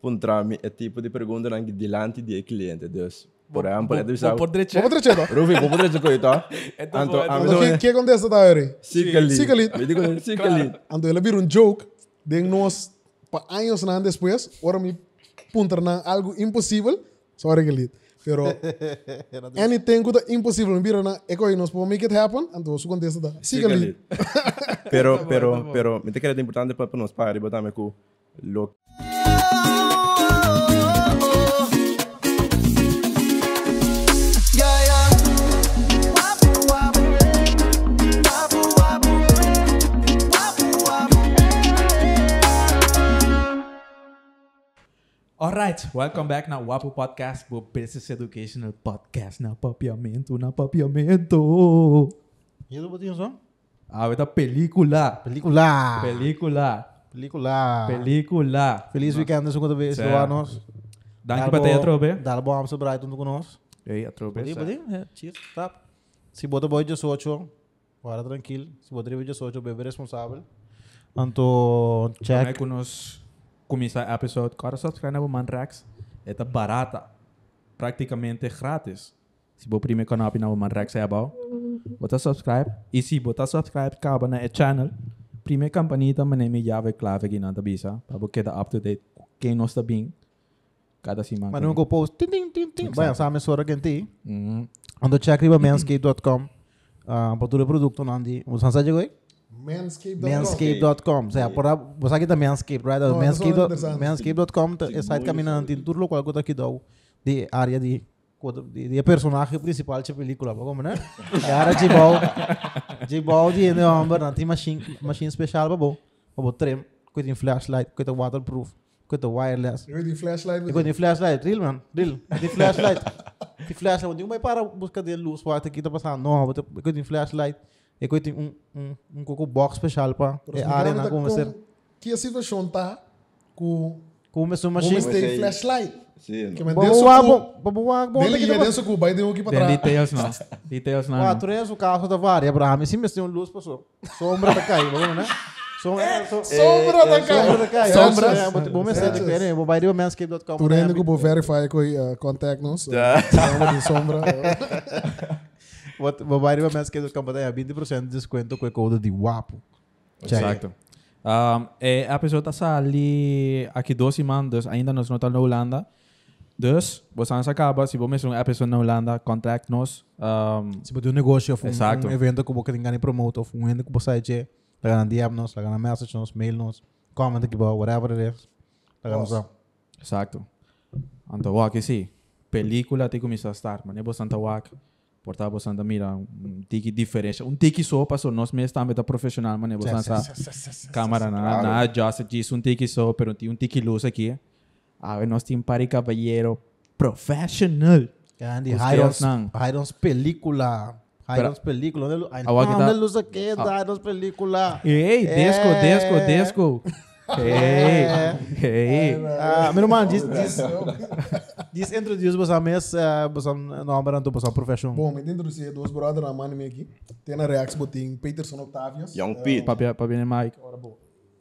puntrami e tipo die pergunten aan dilanti die cliënten. Dus voor hem, voor het is Vou por ook. direito. Vamos trecheiro. Rufi, hoe moet je het ooit aan? Então, Anto, ah, vou- aan O que, zo'n que acontece, Tauri? ziekelied. Ziekelied. Weet je wat? Ziekelied. Ando ele vira um joke, de nós, para anos na depois, ora me punta na algo impossível, só regalit. Pero anything que é impossível, me vira na eco e nós podemos make it happen, ando isso acontece da. Siga Ziekelied. Pero, pero, pero, me te queda importante para nós para arriba também com boh, lo Alright, welcome back na Wapo Podcast, bu Business Educational Podcast na papiamento, na papiamento. E do botinho só? Ah, esta película, Película! película, Película! película. um Feliz weekend na segunda vez do Certo. ano. Dank je bij Trobe. Dá Tá bom amor sobre tudo conosco. Ei, Trobe. Pode, pode. É, Cheers, tap. Se bota boy 18, para tranquilo. Se bota boy 18, bebe responsável. Anto, Kami check. kung nos kumisa episode, para subscribe na po Manrax, esta tá barata, praticamente é gratis. Se bo prime kanapi na po Manrax sa abaw, bota subscribe. E se bota subscribe ka ba na e channel, prime kampanita manemi yave né, clave ginanta bisa, para kita up to date kay nos tabing kada simang. Mas não go post. Tim, tim, tim, tim. Vai, essa emissora que tem. Mm. Anto, check riba manscape.com. Para tudo Ah, produto, Nandi. Você não sabe o Manscape.com. Manscaped.com. Você apura, você aqui tá Manscaped, right? Oh, Manscaped, that's what I'm manscaped.com tá- é site caminhante em tudo local que tá aqui dá de área de quando- de, de personagem principal de película, como né? É área de bal, de bal de novembro, não tem machine, machine especial para bom, para bom trem, que tem flashlight, que tem waterproof, que tem wireless, Eu tenho flashlight. eu tenho flashlight, real man, real. Eu tenho flashlight. Tem flashlight. Onde vai para buscar de luz para aqui tá passando nova. Eu tenho flashlight. Eu tenho um um um coco box especial para a área na como ser. Que a situação tá com Como ser uma como chique. este flashlight. Sim. Que me deu pues Vamos lá, socorro. bom, vamos lá, bom. Dele Daqui ia tá dentro com o pai de um aqui Then para trás. details na. Details na. no. quatro é o carro da varia para mim. Sim, mas tem um luz passou. Sombra tá caindo, vamos né? Sombra, so- Sombra da É, sombra tá cara. caindo. Sombras. Sombra. Vou me sentir bem, vou bairro manscape.com. Tu ainda que eu vou verify com o contact nos. Ja. Sombra de sombra. Vou- Vou bairro manscape.com, tem 20% de desconto com o código de WAPO. Exacto. Um, eh, a pesota sali aqui 12 man, dus ainda nos nota na Holanda. Dus, vos aan acaba, si vos mesmo a pessoa na Holanda, contact nos. Um, Se botar um negócio, ou um, Exacto. um evento que você tem que promote, ou um evento que você quer, tá ganhando diabnos, tá ganhando message nos, mail nos, comment aqui, bro, whatever it is. Tá ganhando só. exacto. Anto wak isi, película te começa a estar, mano. Vos anta wak, porta vos anta mira, um tiki diferente. Um tiki só passou nós mesmo também da profissional, mano. Vos anta câmera na, na adjust, diz um tiki só, pero tem um tiki luz aqui. Ah, nós tem pari caballero professional. Ganhando Os Irons, girls nang. Irons película. Irons película. Onde lu- Ay, Awa kita- Onde luz aqui, da Irons película. Ei, desco, É. desco, desco. Ei, É, ei. Ah, Meu irmão, diz, diz, diz, introduce você mesmo, você não abra tu, você professional. Bom, me introduzir dois brothers na mano aqui. Tem na Reax Botim, Peterson Octavius. Young Piet. Papi, papi, né, Mike?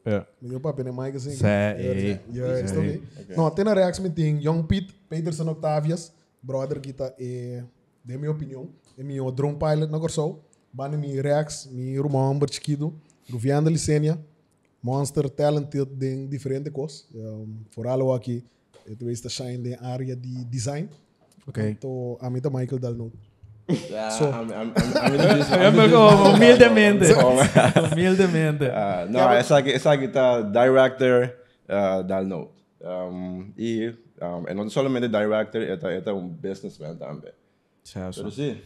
É. Me deu papel na Mike assim. Sé, Eu disse, ei. "Yeah, estou bem." Não, tem na Reax Botim, Young Pete, Peterson Octavius, brother que tá, eh, de minha opinião, é meu drone pilot na Corsol. Bano me Reax, me irmão Amber Chiquido, Ruvianda Licenia, Monster Talented de diferente coisas. Um, Foral aqui, eu estou está eh, shine de área de design. Ok. Então, a mim tá Michael Dalno. Ja, Zo. Ah, I'm- I'm- I'm- I'm in this- I'm in this- É, humildemente. Gewoon. Humildemente. Ah, não, essa, aqui- essa aqui tá director uh, da Note. Um, e, um, e não somente director, ela é um businessman também. Pero sim.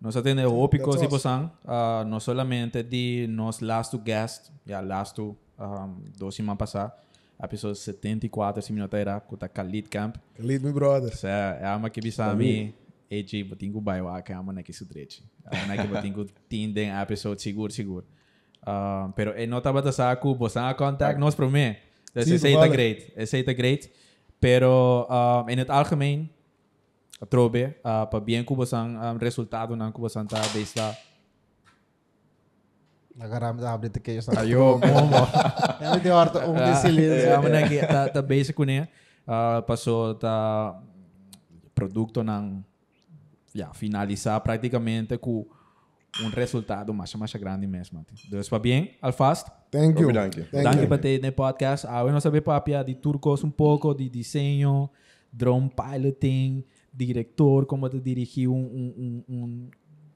Nós atendemos ópicos That's e posan, ah, não solamente de nós last to guest, já last to, um, dois semanas passar, episódio 74, se minutos era, com a Khalid Camp. Lead me brother. Essa é a uma que E, bisa mi, AJ, botin ko bayo a kama na kisudreche. Na que botin ko tinden episode seguro, seguro. Ah, pero e nota bata sa ako, bosan a contact nos pro me. Dus Zie, is ita toevallig. great, is ita great. Pero um, in het algemeen, trobe, uh, ah, pa bien ko bosan um, resultado ng ko bosan ta based la Agora vamos abrir te queijo. sabe? Ayo, momo. É muito horta um Ah. desse Ja, maar dan ge- ta- ta tá, basic ko na yan. Ah, tá, paso ta produkto ng yeah, finalizar praticamente com um resultado mais mais grande mesmo. Então, para bem, alfast. Thank you. Bedankt je. Thank Danke you. para ter no podcast. Ah, eu não sabia papia de turcos um pouco, de desenho, drone piloting, diretor, como te dirigir um, um, um, um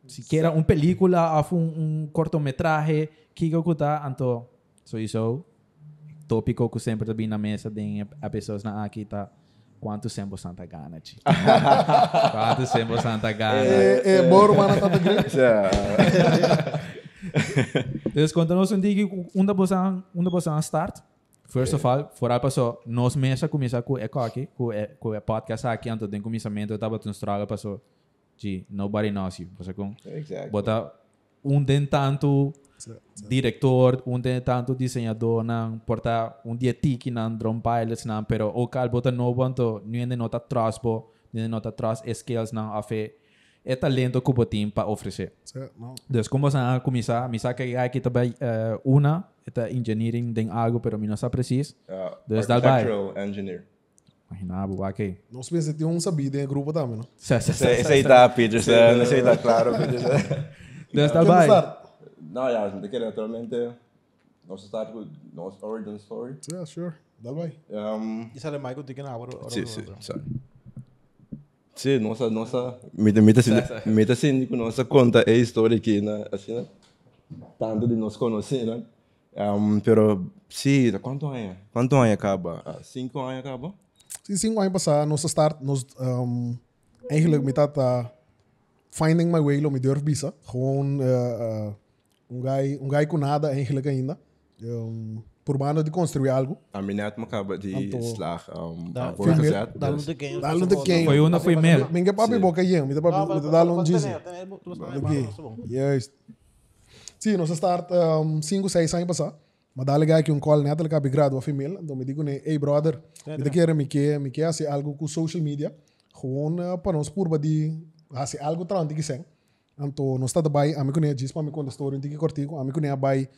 sequer uma película, ou um, um cortometragem, que eu cuta, então, so isso tópico que sempre também na mesa tem a pessoas na aqui tá quanto sempre Santa Gana, chi? quanto sempre Santa Gana. É, é, bom, mano, tá grande. Ja. Dus quando nós sentimos onde você onde você start, first of all, fora passou nós mesmo começar com eco aqui, com e- com o eh, podcast aqui antes do começamento, estava tão estraga passou de nobody knows you, você com Exact. bota um den tanto diretor, um den tanto desenhador, não porta um dietique não drone pilots não, pero o cal bota novo anto, nem de nota trasbo, nem de nota tras skills não a fe é talento que o botim para oferecer. Não. Dus kom eens aan, kom eens aan. Misa kijk ik het bij eh, Una. Het eh, engineering ding algo, pero mi no sa precies. Ja, Dus daarbij. Ah, Architectural engineer. Imaginabo, oké. Não se pensa, tem um sabido em grupo também, não? Ze- Zeg dat, Peterson. Zeg dat, tá, Claro, Peterson. Dus Quer daarbij. começar? Nou ja, ik ken actualmente nosso start com nosso origin story. Yeah, sure. Dá vai. Um, Isso é Michael Tiken agora. Sì, sì, sorry. Sì, nossa, nossa, meta, meta, meta, meta síndico, nossa conta é a história aqui, né? Assim, né? Tanto de nós conhecer, né? Um, pero, sim, quanto ano? Quanto ano acaba? Ah, cinco anos acaba? Sim, cinco anos passar, nossa start, nós um, eigenlijk met dat uh, finding my way, lo me durf bisa. Gewoon eh, eh, um guy, um guy com nada eigenlijk ainda. Um, por mano de construir algo. A minha net me acaba de slag, um, Da- agora filme- gezet. Dá-lhe um dus- Tiken. Dá-lhe um tequinho. Foi Una, foi Mel. Ninguém papi boca aí, me dá papi, me dá um dizem. é tá Juist. Sim, nós start um, cinco, seis anos passar. Mas dá ligar que um call neta, ele cabe grado a female. Então me digo, né, hey brother, me te quero, me quer, me quer fazer algo com social media. Gewoon uh, para nós purba de fazer algo para onde que sem. Então nós está daí, a mim conhece, diz para mim conta história, onde que cortigo, a mim conhece bai,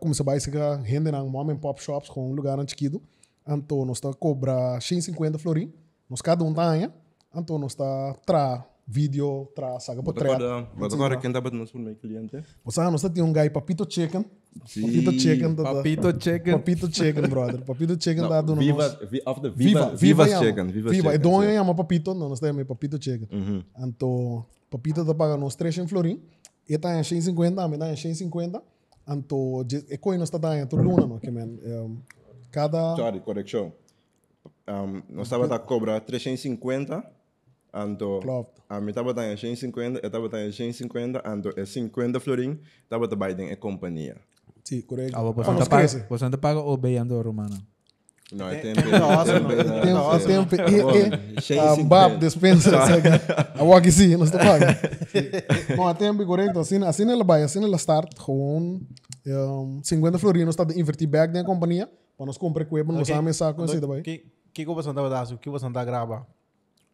começa bai Eh, se que rende na mom and pop shops com um lugar antiquido. Então nós está cobra 150 florim, nós cada um tá aí. Então nós está tra vídeo, tra saga Wat portrait. agora, wat agora quem tá batendo por meu cliente? Você não sabe, tem um guy, Papito Chicken. Papito Chicken. Da, Papito da, chicken. papito Chicken, brother. Papito Chicken da do Viva, nosso- vi, of the Viva, Viva, checken, Viva, Uhum. Viva. E checken, dono sì. chama Papito, não, nós temos Papito Chicken. Então, Papito tá pagando uns 3 em Florim. E está em 150, a mim está em 150. Então, e coi nós está em Turluna, não, que man. ehm, Cada... Sorry, correção. Um, nós estávamos a cobrar 350, então Klopt. a mim estava a 150, eu estava a 150, então é 50 florim, estava a Biden e companhia. Sim, correto. Ah, Ah, você nós tá paga, cresce. você tá paga o bem ando romano. Não, é tempo. Tempo, tempo. um E, e, ah, 150. Bab, dispensa. sabe? né? A walk sim, nós estamos pagando. Não, a tempo é correto. Assim, assim ela vai, assim ela start, com um, 50 florinos, está de invertir back da companhia, para nós comprar com ele, nós vamos começar com esse daí. Que que você andava dar? O que você andava gravar? O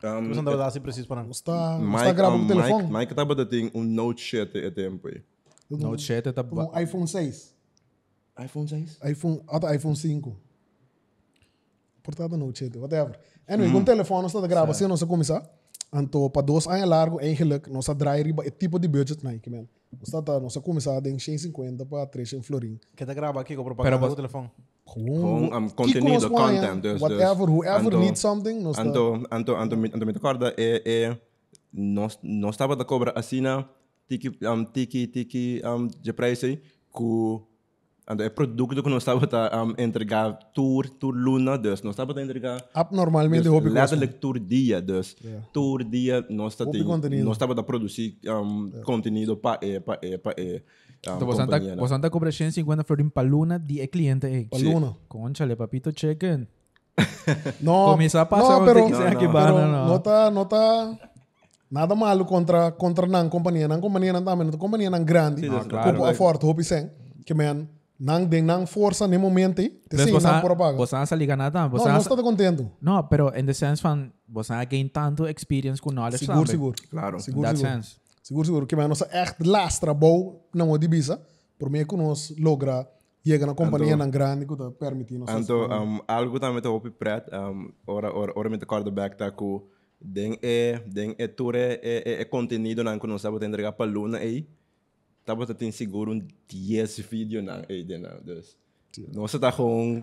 que você Um, andava dar se preciso para Nós nós? Tá, está Mike, gravando um, o Mike, telefone, Mike estava a ter um Note 7 e tempo. No chat tá ba- um iPhone 6, iPhone é 6? iPhone, até iPhone 5. Portada não, tchete, whatever. Anyway, Mm. com o telefone, nós está gravando, assim nós vamos começar. Então, para dois anos largo, eigenlijk, nós está draiando o tipo de budget, né, que man. Nós está, nós vamos começar de 150 para 3 em florim. Que tá gravar aqui com propaganda do telefone. Gewoon Com um, que contenido, corresponde a- content. Dus, Whatever, dus, whoever Anto- needs something. Nós tá, Anto, Anto, Anto, me- Anto, me recorda, é, é, nós, nós estava da cobra assina, tiki, um, tiki, tiki, um, de preço aí, com, Anto, é produto que nós estava a um, entregar tour, tour luna, dus, nós estava a entregar abnormalmente dus, é hobby É. letterlijk tour dia, dus, Ja. tour dia, nós Hoop ik contenido. estava a produzir um, conteúdo para, é, para, é, para, é, Ah, né? Então, você tá, você tá cobra 150 florin para luna de cliente. eh. Pa luna. Conchale, papito chicken. No, Começar a passar no, onde pero, quiser no, que no. vá, pero no, no. no tá, no tá nada malo contra contra nan companhia, nan companhia nan também, nan companhia nan grande. Ah, claro. Como a forte hobby sem, que man, nan den nan força nem momento, aí, te Então, sei você nan por apaga. você não sabe ganhar nada. Não, Você não não está contento. No, pero in the sense van, was na gain tanto experience com knowledge Seguro, sabe? seguro. Claro. In Seguro, that seguro. sense. Seguro, seguro. Que man, nossa echt last trabalho na Modibisa, por meio que nós logra chegar na companhia na grande que tá permitindo nós- Anto, um, algo também tá op pret, um, ora, ora, ora me te quarterback tá com den é, den é tour é, é, é conteúdo não que não sabe te entregar para luna aí. Tá bota tem seguro um 10 vídeo não aí den não, dus. Nós tá com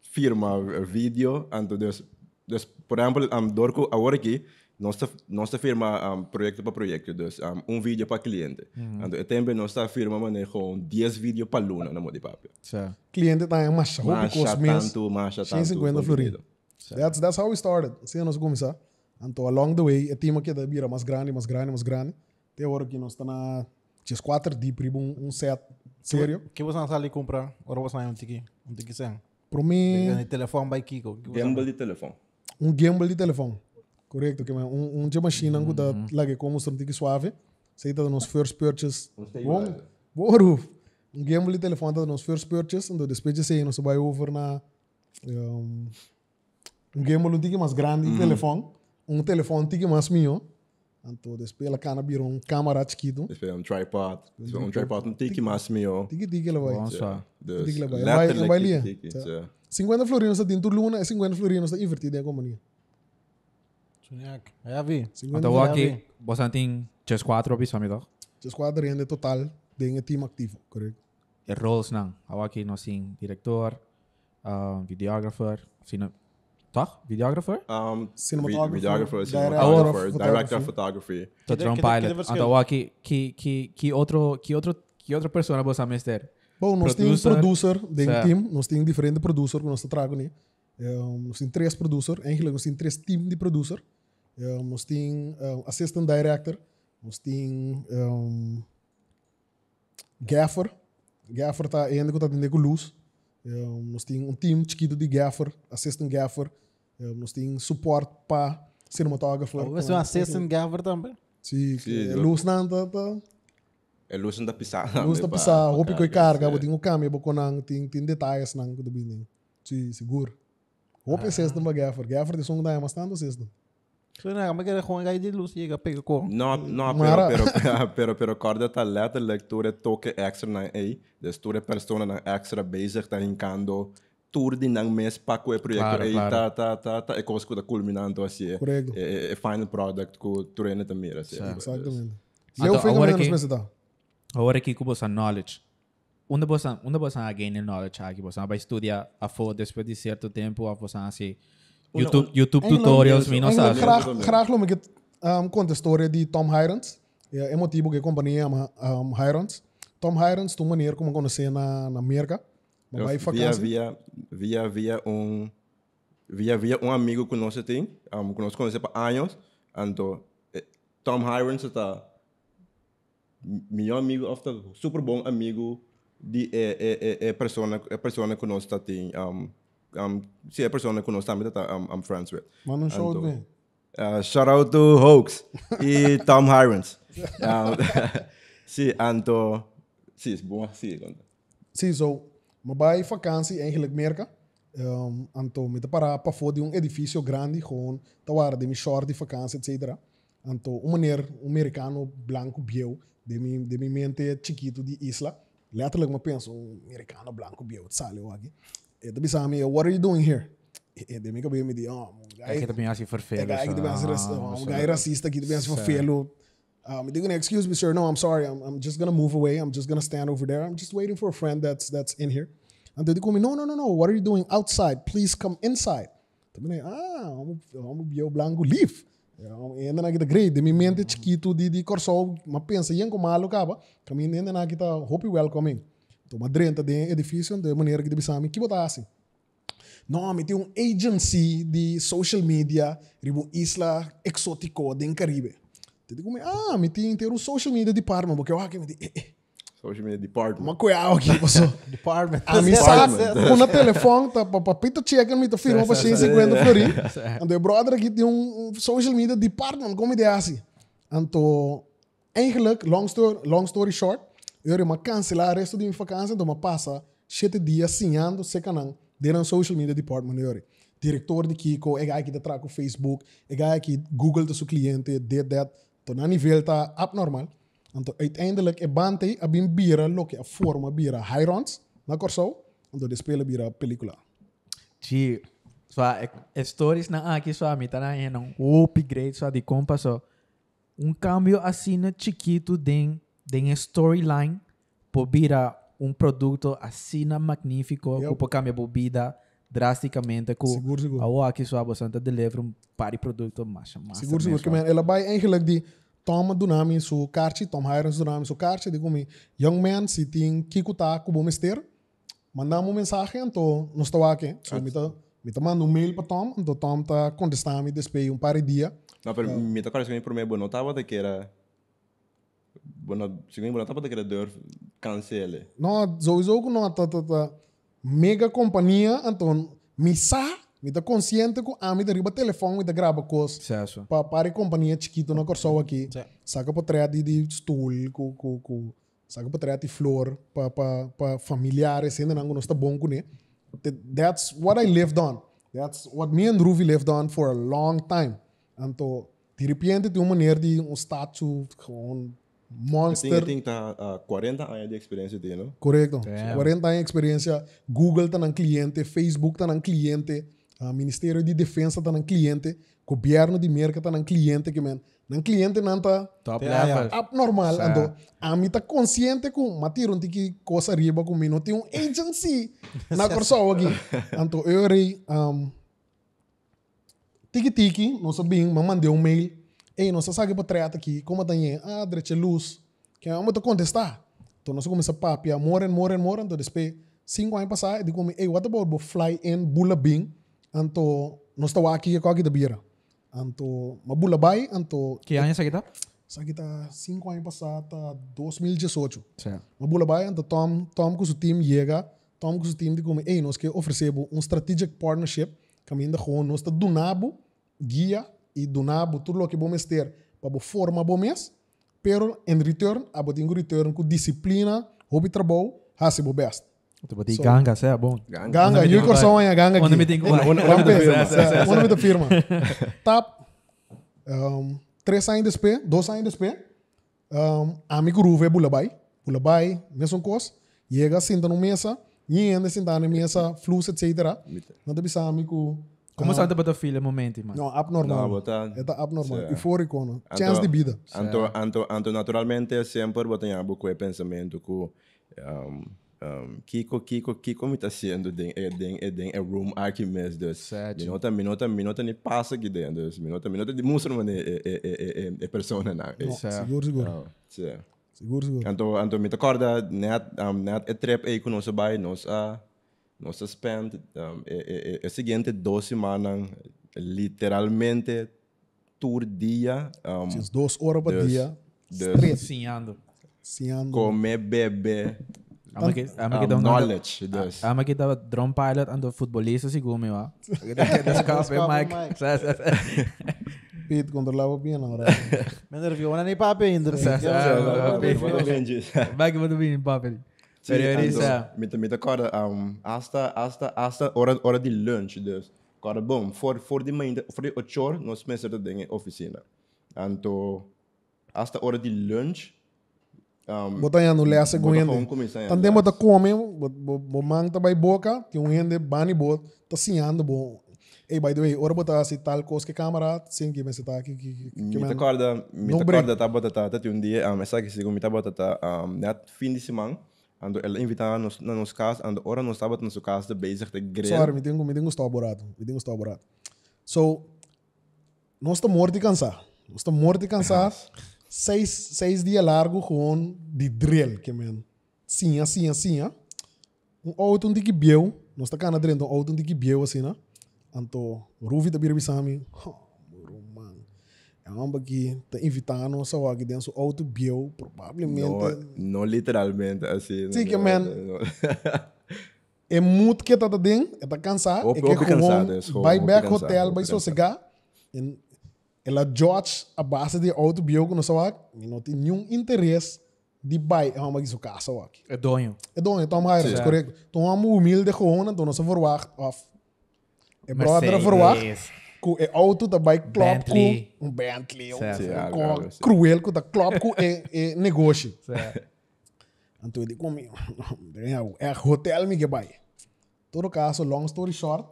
firma eh, vídeo, anto dus dus por exemplo, um dorco agora aqui nossa nossa firma um, projeto para projeto, dus um, um vídeo para cliente. Anto e também nossa firma mané com 10 vídeo para luna, não de papel. Tja. cliente tá em macha roupa com os Masha meus tanto, masha tanto. 150 florido that's that's how we started assim nós começar então along the way a time que da vira mais grande mais grande mais grande até agora que nós tá na tinha quatro deep ribo um, um set sério Que você não sabe comprar, agora você não tem um tiki sem. para mim Tem telefone by Kiko. que você- Gamble de telefone. um gimbal de telefone. Correto, que é um, um de machine que dá lá é como se não suave. Sei que nos first purchase. Bom, stabilizer. bom, Ruf. Um gimbal de telefone tá nos first purchase, então despeja sei nós vai over na um, um gimbal um tique mais grande de telefone, um telefone tique mais mio. Então despeja lá cana biro um câmera chiquito. Dit is een um tripod. Dit is um tripod um tikkie mas mio. Tique tique ela vai. Gewoon zo. Dus Tikkie erbij. letterlijk Erbij een liggen. tikkie, ja. 50 florinos está dentro luna, 50 florinos está invertido em companhia. Sunyak. Aí vi. 50 Anto waki, bosan ting just quatro bisa mi toch? esquadra ainda total, tem time ativo, correto? E roles nang. Awaki no sing director, um, videographer, sino toch? Videographer? Um, vi- Cinematographer, videographer, director of cinematographer, director photography. of photography. To de- drone que de- que de pilot. verschil? Anto waki, ki ki ki otro ki otro ki otro persona bosan mister. Bom, nós temos Producer. producer dentro do Certo. time, nós temos diferentes producer que nós trago, né? Um, nós temos três producer, Angela, nós temos três times de producer, um, nós temos um, assistant director, nós temos um, gaffer, gaffer está ainda que está dentro com luz, um, nós temos um time chiquito de gaffer, assistant gaffer, um, nós temos suporte para cinematógrafo. Você é um assistant gaffer também. Sim, é Sim, luz tá? não está... En Luis É da Pisa. Gusto pa sa hopi ko'y karga, buti mo kami, bako nang ting ting detalhes nang kuda binin. Si, siguro. Hopi ah. sesdom ba gaffer? Gaffer di song tayo, mas tanto sesdom. Sunyak, mas é que ele joga aí de luz e ele pega com. No, no, Mara. pero, pero, pero, pero, pero, corda tá ta letterlijk toere toke extra na ei. Dus toere persona na extra tá bezig ta hinkando. Toer die nang mes pakko e projecto Claro, ei claro. ta, ta, ta, ta, e kosko da culminanto asje. Correcto. E, e, e final é product ko toere net amira asje. Exactamente. Ah, Leo to- fenga agora menos que- meses da. Ahora que cubo san knowledge. Onde bosan, onde bosan a gain el knowledge aquí bosan vai estudiar a fo después de certo tempo a bosan assim YouTube YouTube tutorials mi no sabe. graag. Graag lo me get um, conta história de Tom Hirons. É um motivo que a companhia ama um, Hirons. Tom Hirons, de uma maneira como eu conheci na, na América. Mas vai assim? via, vacância. via, via, via um via, via um amigo que nós tem, um, que nós conhecemos há anos, então eh, Tom Hirons está meu amigo, ofta super bom amigo de é é é é persona é persona que nós tá tem um um se é persona que nós também tá um, um friends with. Mas não show de Anto. bem. Uh, shout out to Hoax e Tom Hirons. Um, sim, então sim, bom, sim, conta. Sim, so, mas vai vakantie eigenlijk merken. Um, anto, met de parapa voor die een edificio grande, gewoon, te waren die short die vakantie, et cetera. Anto, um meneer, um americano blanco bio, de mi, de mi mente chiquito di isla. Letterlijk, me penso, um americano blanco bio, het sale o aqui. E de bisami, what are you doing here? E de mi cabelo me di, oh, um É que guy, também assim é perfeito. guy que de bem racista, um guy racista que de bem assim, felo. Um, they're gonna excuse me, sir. No, I'm sorry. I'm, I'm just gonna move away. I'm just gonna stand over there. I'm just waiting for a friend that's that's in here. And they go me, no, no, no, no. What are you doing outside? Please come inside. Também né, ah, vamos vamos bio blanco leave. Eh, Ainda na kita grade, de mente chiquito de de corso, mas pensa, iam com malo caba. Caminho ainda na kita hope welcoming. Então, madrenta de edifício, de maneira que de bisami que botasse. Não, me tem um agency de social media, ribo isla exótico do Caribe. Te digo, me, ah, me tem ter um social media department, porque eu aqui me tem, Social media department. uma coisa aqui, passou. Department. A mim sabe, com o telefone, tá, pa- papito chega, me tá firma para 150 florim. Então, o brother aqui tem um um social media department, como ideia assim. Então, eigenlijk, long story, long story short, eu irei cancelar o resto de minha vacância, então, eu passa sete dias assinando, secando, dentro do social media department, eu irei. Diretor de Kiko, é guy que tá com Facebook, é guy que Google do seu cliente, did that. Então, na nível tá abnormal. Então, uiteindelijk, e band aí, a bim bira, loke, a forma bira, Hirons, na corso, então, de spelen bira, película. Chi, swa ek- ek stories na ah, aqui swa mita na en um upgrade swa de compa só um cambio assim na chiquito den den storyline por virar um produto assim na magnífico Yep. yep. por cambia bebida drasticamente com Seguro, seguro. a aqui swa bastante deliver um par de produto mais mais Seguro, seguro. Que man, ela vai eigenlijk die Tom Dunami, seu karte, Tom Hirons Dunami, seu karte, digo me, young man, se tem Kiko tá com o mister, mandamos mensagem, então, não estou aqui. So, me tá, me tá mandando um mail para Tom, então Tom tá contestando, despei um par de dia. Não, pero me toca assim por mim, bom, não tava que era Bueno, segundo bom, não tava que era dor cancele. Não, sowieso que não, tá, tá, tá, mega companhia, então, me sa, me tá consciente que a mim tá riba telefone, me tá grava coisa. sucesso para para companhia chiquito na Corsol aqui. Saca para trás de, de stool, com, com, com, saca para trás de flor, para para para familiares, ainda não está bom com né. Th- That's what I lived on. That's what me and Ruvi lived on for a long time. Então, de repente tem uma maneira de um status, um Tinha monster. tem tá ah, 40 anos de experiência dele, não? Correcto. Damn. 40 anos de experiência. Google está num cliente, Facebook está num cliente, ah, Ministério de Defesa está num cliente, governo de América está num cliente. Que, man, num cliente não está top Yeah, yeah. level abnormal. Sa- Então, a mim está consciente que, Matiro, não tem que coisa riba comigo, não tem um agency na Corsol aqui. Então, eu rei. Um, tiki tiki, não sabia, mas mandei um mail. Ei, não sabe para trás aqui, como está aí? Ah, direita luz. Que eu vou contestar. Então, nós começamos a papiar, more and more and more. Então, depois, cinco anos passaram, eu digo, ei, what about bo fly in bula bing? Então, nós estamos aqui, eu aqui da beira. Então, mas bula vai, então, que ano é essa aqui tá isso aqui está cinco tá, anos passados, está 2018. certo Mas bula vai, então Tom, Tom com seu time chega, Tom com seu time diz como, ei, nós que oferecemos um strategic partnership, que ainda gewoon nós está donando guia e donando tudo o que vamos ter para bo forma bom mês, pero em return, a bo tem um return com disciplina, hobby trabalho, hasse bo best. tu botei So- ganga cê é bom Ganga. Ganga, eu e Corsão aí, ganga onde me aqui. tem que vai Onde me da firma? Tap, um, três anos depois, dois anos depois, um, amigo Ruve Bulabai, Bulabai, mesmo coisa, chega, senta no mesa, e ainda senta na mesa, flux, etc. Não deve ser amigo... como sabe botar filho momento mano Ah. Não, Não, abnormal. botar. É abnormal, Certo. eufórico, não? Chance de vida. Anto, anto, anto naturalmente é sempre vou ter algo com o pensamento que um, um, Kiko, Kiko, Kiko me está sendo den, é, den, é, den, é room aqui mesmo. Deus. Certo. Minota, minota, minota nem passa aqui dentro. Deus. Minota, minota demonstra uma é, é, é, é, é persona não. Não, É, Seguro, seguro. não, certo. Seguro, seguro. Anto, anto me acorda net, um, net é trap aí com nosso bai, nossa, nossa spend um, é, é, é, é seguinte duas semanas literalmente tour dia. Um, Tinha duas horas para Deus. dia, Deus. três, sim ando sem ano. comer, beber, Ama que Ah, ama que um, dá Ah, um knowledge. Dus. Ama que dá drum pilot ando futebolista se gume wa. Das café Mike. Pete controlava bem na hora. Me nervio, não é nem papo ainda. Sa- sa- sa- né? sa- Vai que vou vir papel. Periodista. Met met elkaar, ehm, hasta, hasta, hasta, hora, hora de lunch dus. Kora bom, voor, voor die maand, voor die ocho uur, nos mensen dat dingen officina. En to, Então, hasta hora de lunch, um, Botanha no lessa com Botanha ele. com comissão, Então tem bota come, o mango tá by boca, tem um rende bani bot, tá sinhando bom. Ei, by the way, ora bota se tal coisa que câmera, sem que você tá aqui que que- que Met man. elkaar, met No break. elkaar dat dat botata, dat een die, um, ik zeg eens, met dat botata, um, net fin die semang, en to, elle Então, invita nos, na nos kaas, en de hora nos tabat nos kaas, de bezig te grillen. Sorry, me tenho me tenho gostado borado, me tenho gostado borado. So nós tá morto de cansar. Nós tá morto de cansar. Seis seis dias largo com um de drill que man. Sim, assim, assim, ah. um auto onde que bieu, nós tá cana dentro um auto onde que bieu assim, né? Anto Ruvi da Birbisami, roman. É um bagulho tá invitando só aqui dentro o um auto No, bieu, provavelmente. no literalmente, assim. Zie ik je, no, man. no. É muito que tá tá dentro, é tá cansado, Op- é op que cansado, is com gewoon vai op back cansado, hotel, op vai cansado. sossegar. En ela George a base de auto bieu que nós só aqui, não tem nenhum interesse de bai, é um bagulho só casa aqui. É donho. É dono, Tom Harris, Sim. correct. Tom humilde gewoon, en toen ze verwacht af. E É brother Mercedes. verwacht. com é auto da bike klop Bentley. com um Bentley, um, Certo. um Ja, com- claro, sim. cruel com da klop com é, é negócio. Certo. Então ele como é hotel me que vai. Todo caso, long story short,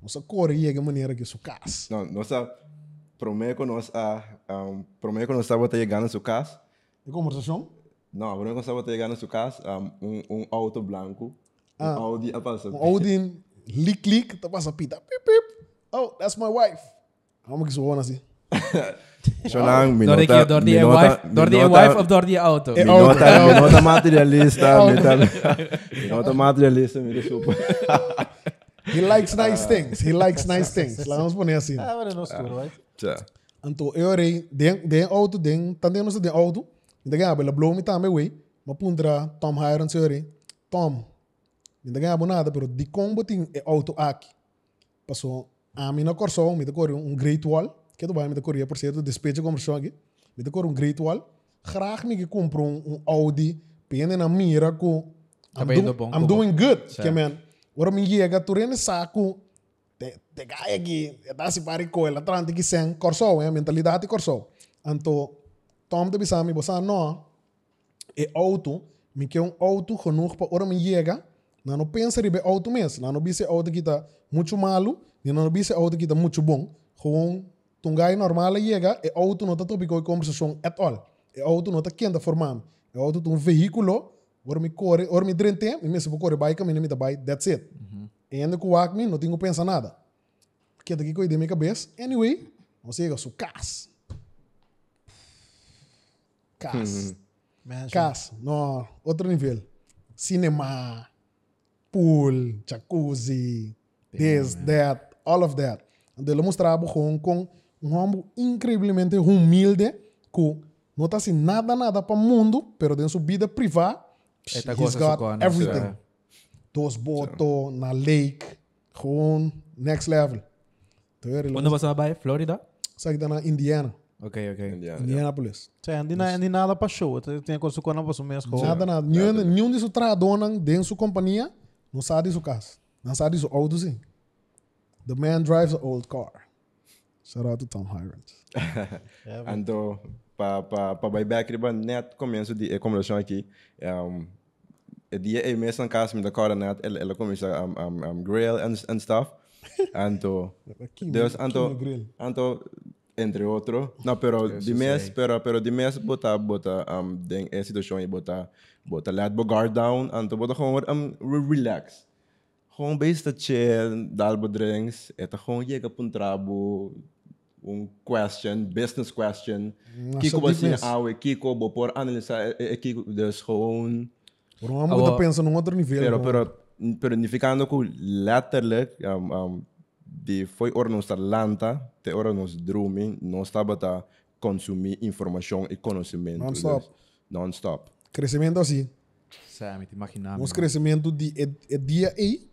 nossa corria de maneira que isso casa. Não, nossa, promete que nós, ah, um, promete que nós estávamos chegando na sua casa. E conversação? Não, promete que nós estávamos chegando na sua casa, um, um, um auto branco, um Ah. Audi a passar. Um Odin, lick lick, tá passa pita. Pip, pip. Oh, that's my wife. Vamos que zoou assim. Zolang, Door die keer, door die je wife, door die je wife of door die auto? Eh, oh. Minota, auto. minota materialista, Auto. minota, minota materialista, me desculpa. He likes Ah. nice things. He likes nice things. Lá vamos poner assim. Ah, mas não escuro, vai. Tja. Então, eu orei, den, den auto, um, den, também não sei den auto. Ainda ganhava, ela blow me também, wey. Mas pundra, um Tom Hiron, se orei. Tom, ainda ganhava nada, pero de combo tem é auto aqui. Passou a mim na Corsão, me decorou um Great Wall, que é do bairro, me decorou, por certo, despeja como chão aqui. Me decorou um Great Wall. Graag me que comprou um, um Audi, pena na mira com... I'm, Também do do, bom I'm com- doing good, que man. Ora me chega, tu rende saco, te, te cai aqui, está se pare com ela, trante que sem corsou, é mentalidade corsou. Então, tom de bisami, você não, é auto, me que é um auto genoeg para ora me chega, não não pensa ribe auto mesmo, não não bise auto que tá muito malo, nem não bise auto que tá muito bom, com tungai normal chega, é auto não tá tópico de conversação at all, é auto não tá quente formando, é auto um veículo, ora me corre, ora me drente, me mesmo corre bike, me nem me dá bike, that's it. E ainda com o Acme, não tenho que pensar nada. Porque daqui que eu dei minha cabeça. Anyway, ou seja, eu sou cas. Cas. Mas, Cas. Não, outro nível. Cinema, pool, jacuzzi, this, that, all of that. Então, ele mostrava Hong Kong um homem incrivelmente humilde, que não está assim nada, nada para o mundo, mas tem sua vida privada. Esta He's goza got socorro, né? everything. Sim. Dos boto, na lake, gewoon next level. Então, eu Onde relembro, você vai? Florida? saí da na Indiana, Ok, ok. Ja, ja. Indianapolis. Cioè, não tem nada para show. Tem coisa que eu não posso mesmo. Nada, nada. Nenhum, nenhum disso tradona dentro sua companhia, não sabe disso casa. Não sabe disso auto sim. The man drives an old car. Shout out to Tom Hirons. Então, para buyback, riba net começo de eh, conversação aqui. Um, é dia é mês na casa, me da cara net, ela, ela começa a um, um, um, grill and, and stuff. uh, Então, Aqui, Deus, aqui então, no grill. então, uh, entre outro. Não, pero de mês, pero, pero de mês botar, botar, um, den, é situação e botar, botar, let bo guard down, então botar gewoon weer, um, re- relax. Gewoon besta chill, dar bo drinks, eta gewoon chega pra um trabo, um question, business question. Nossa, Kiko diep assim, mes. awe, Kiko, bo por analisar, é, é Kiko, dus gewoon, Por um homem que tá Alô. pensando num outro nível. pero, bom. pero, pero ni ficando com letterlijk, um, um, de foi ora nos talanta, te ora nos drumming, nós estava a consumir informação e conhecimento. Non-stop. dus Non-stop. Crescimento assim. Sam, te imaginava. Nosso crescimento de é, é dia aí,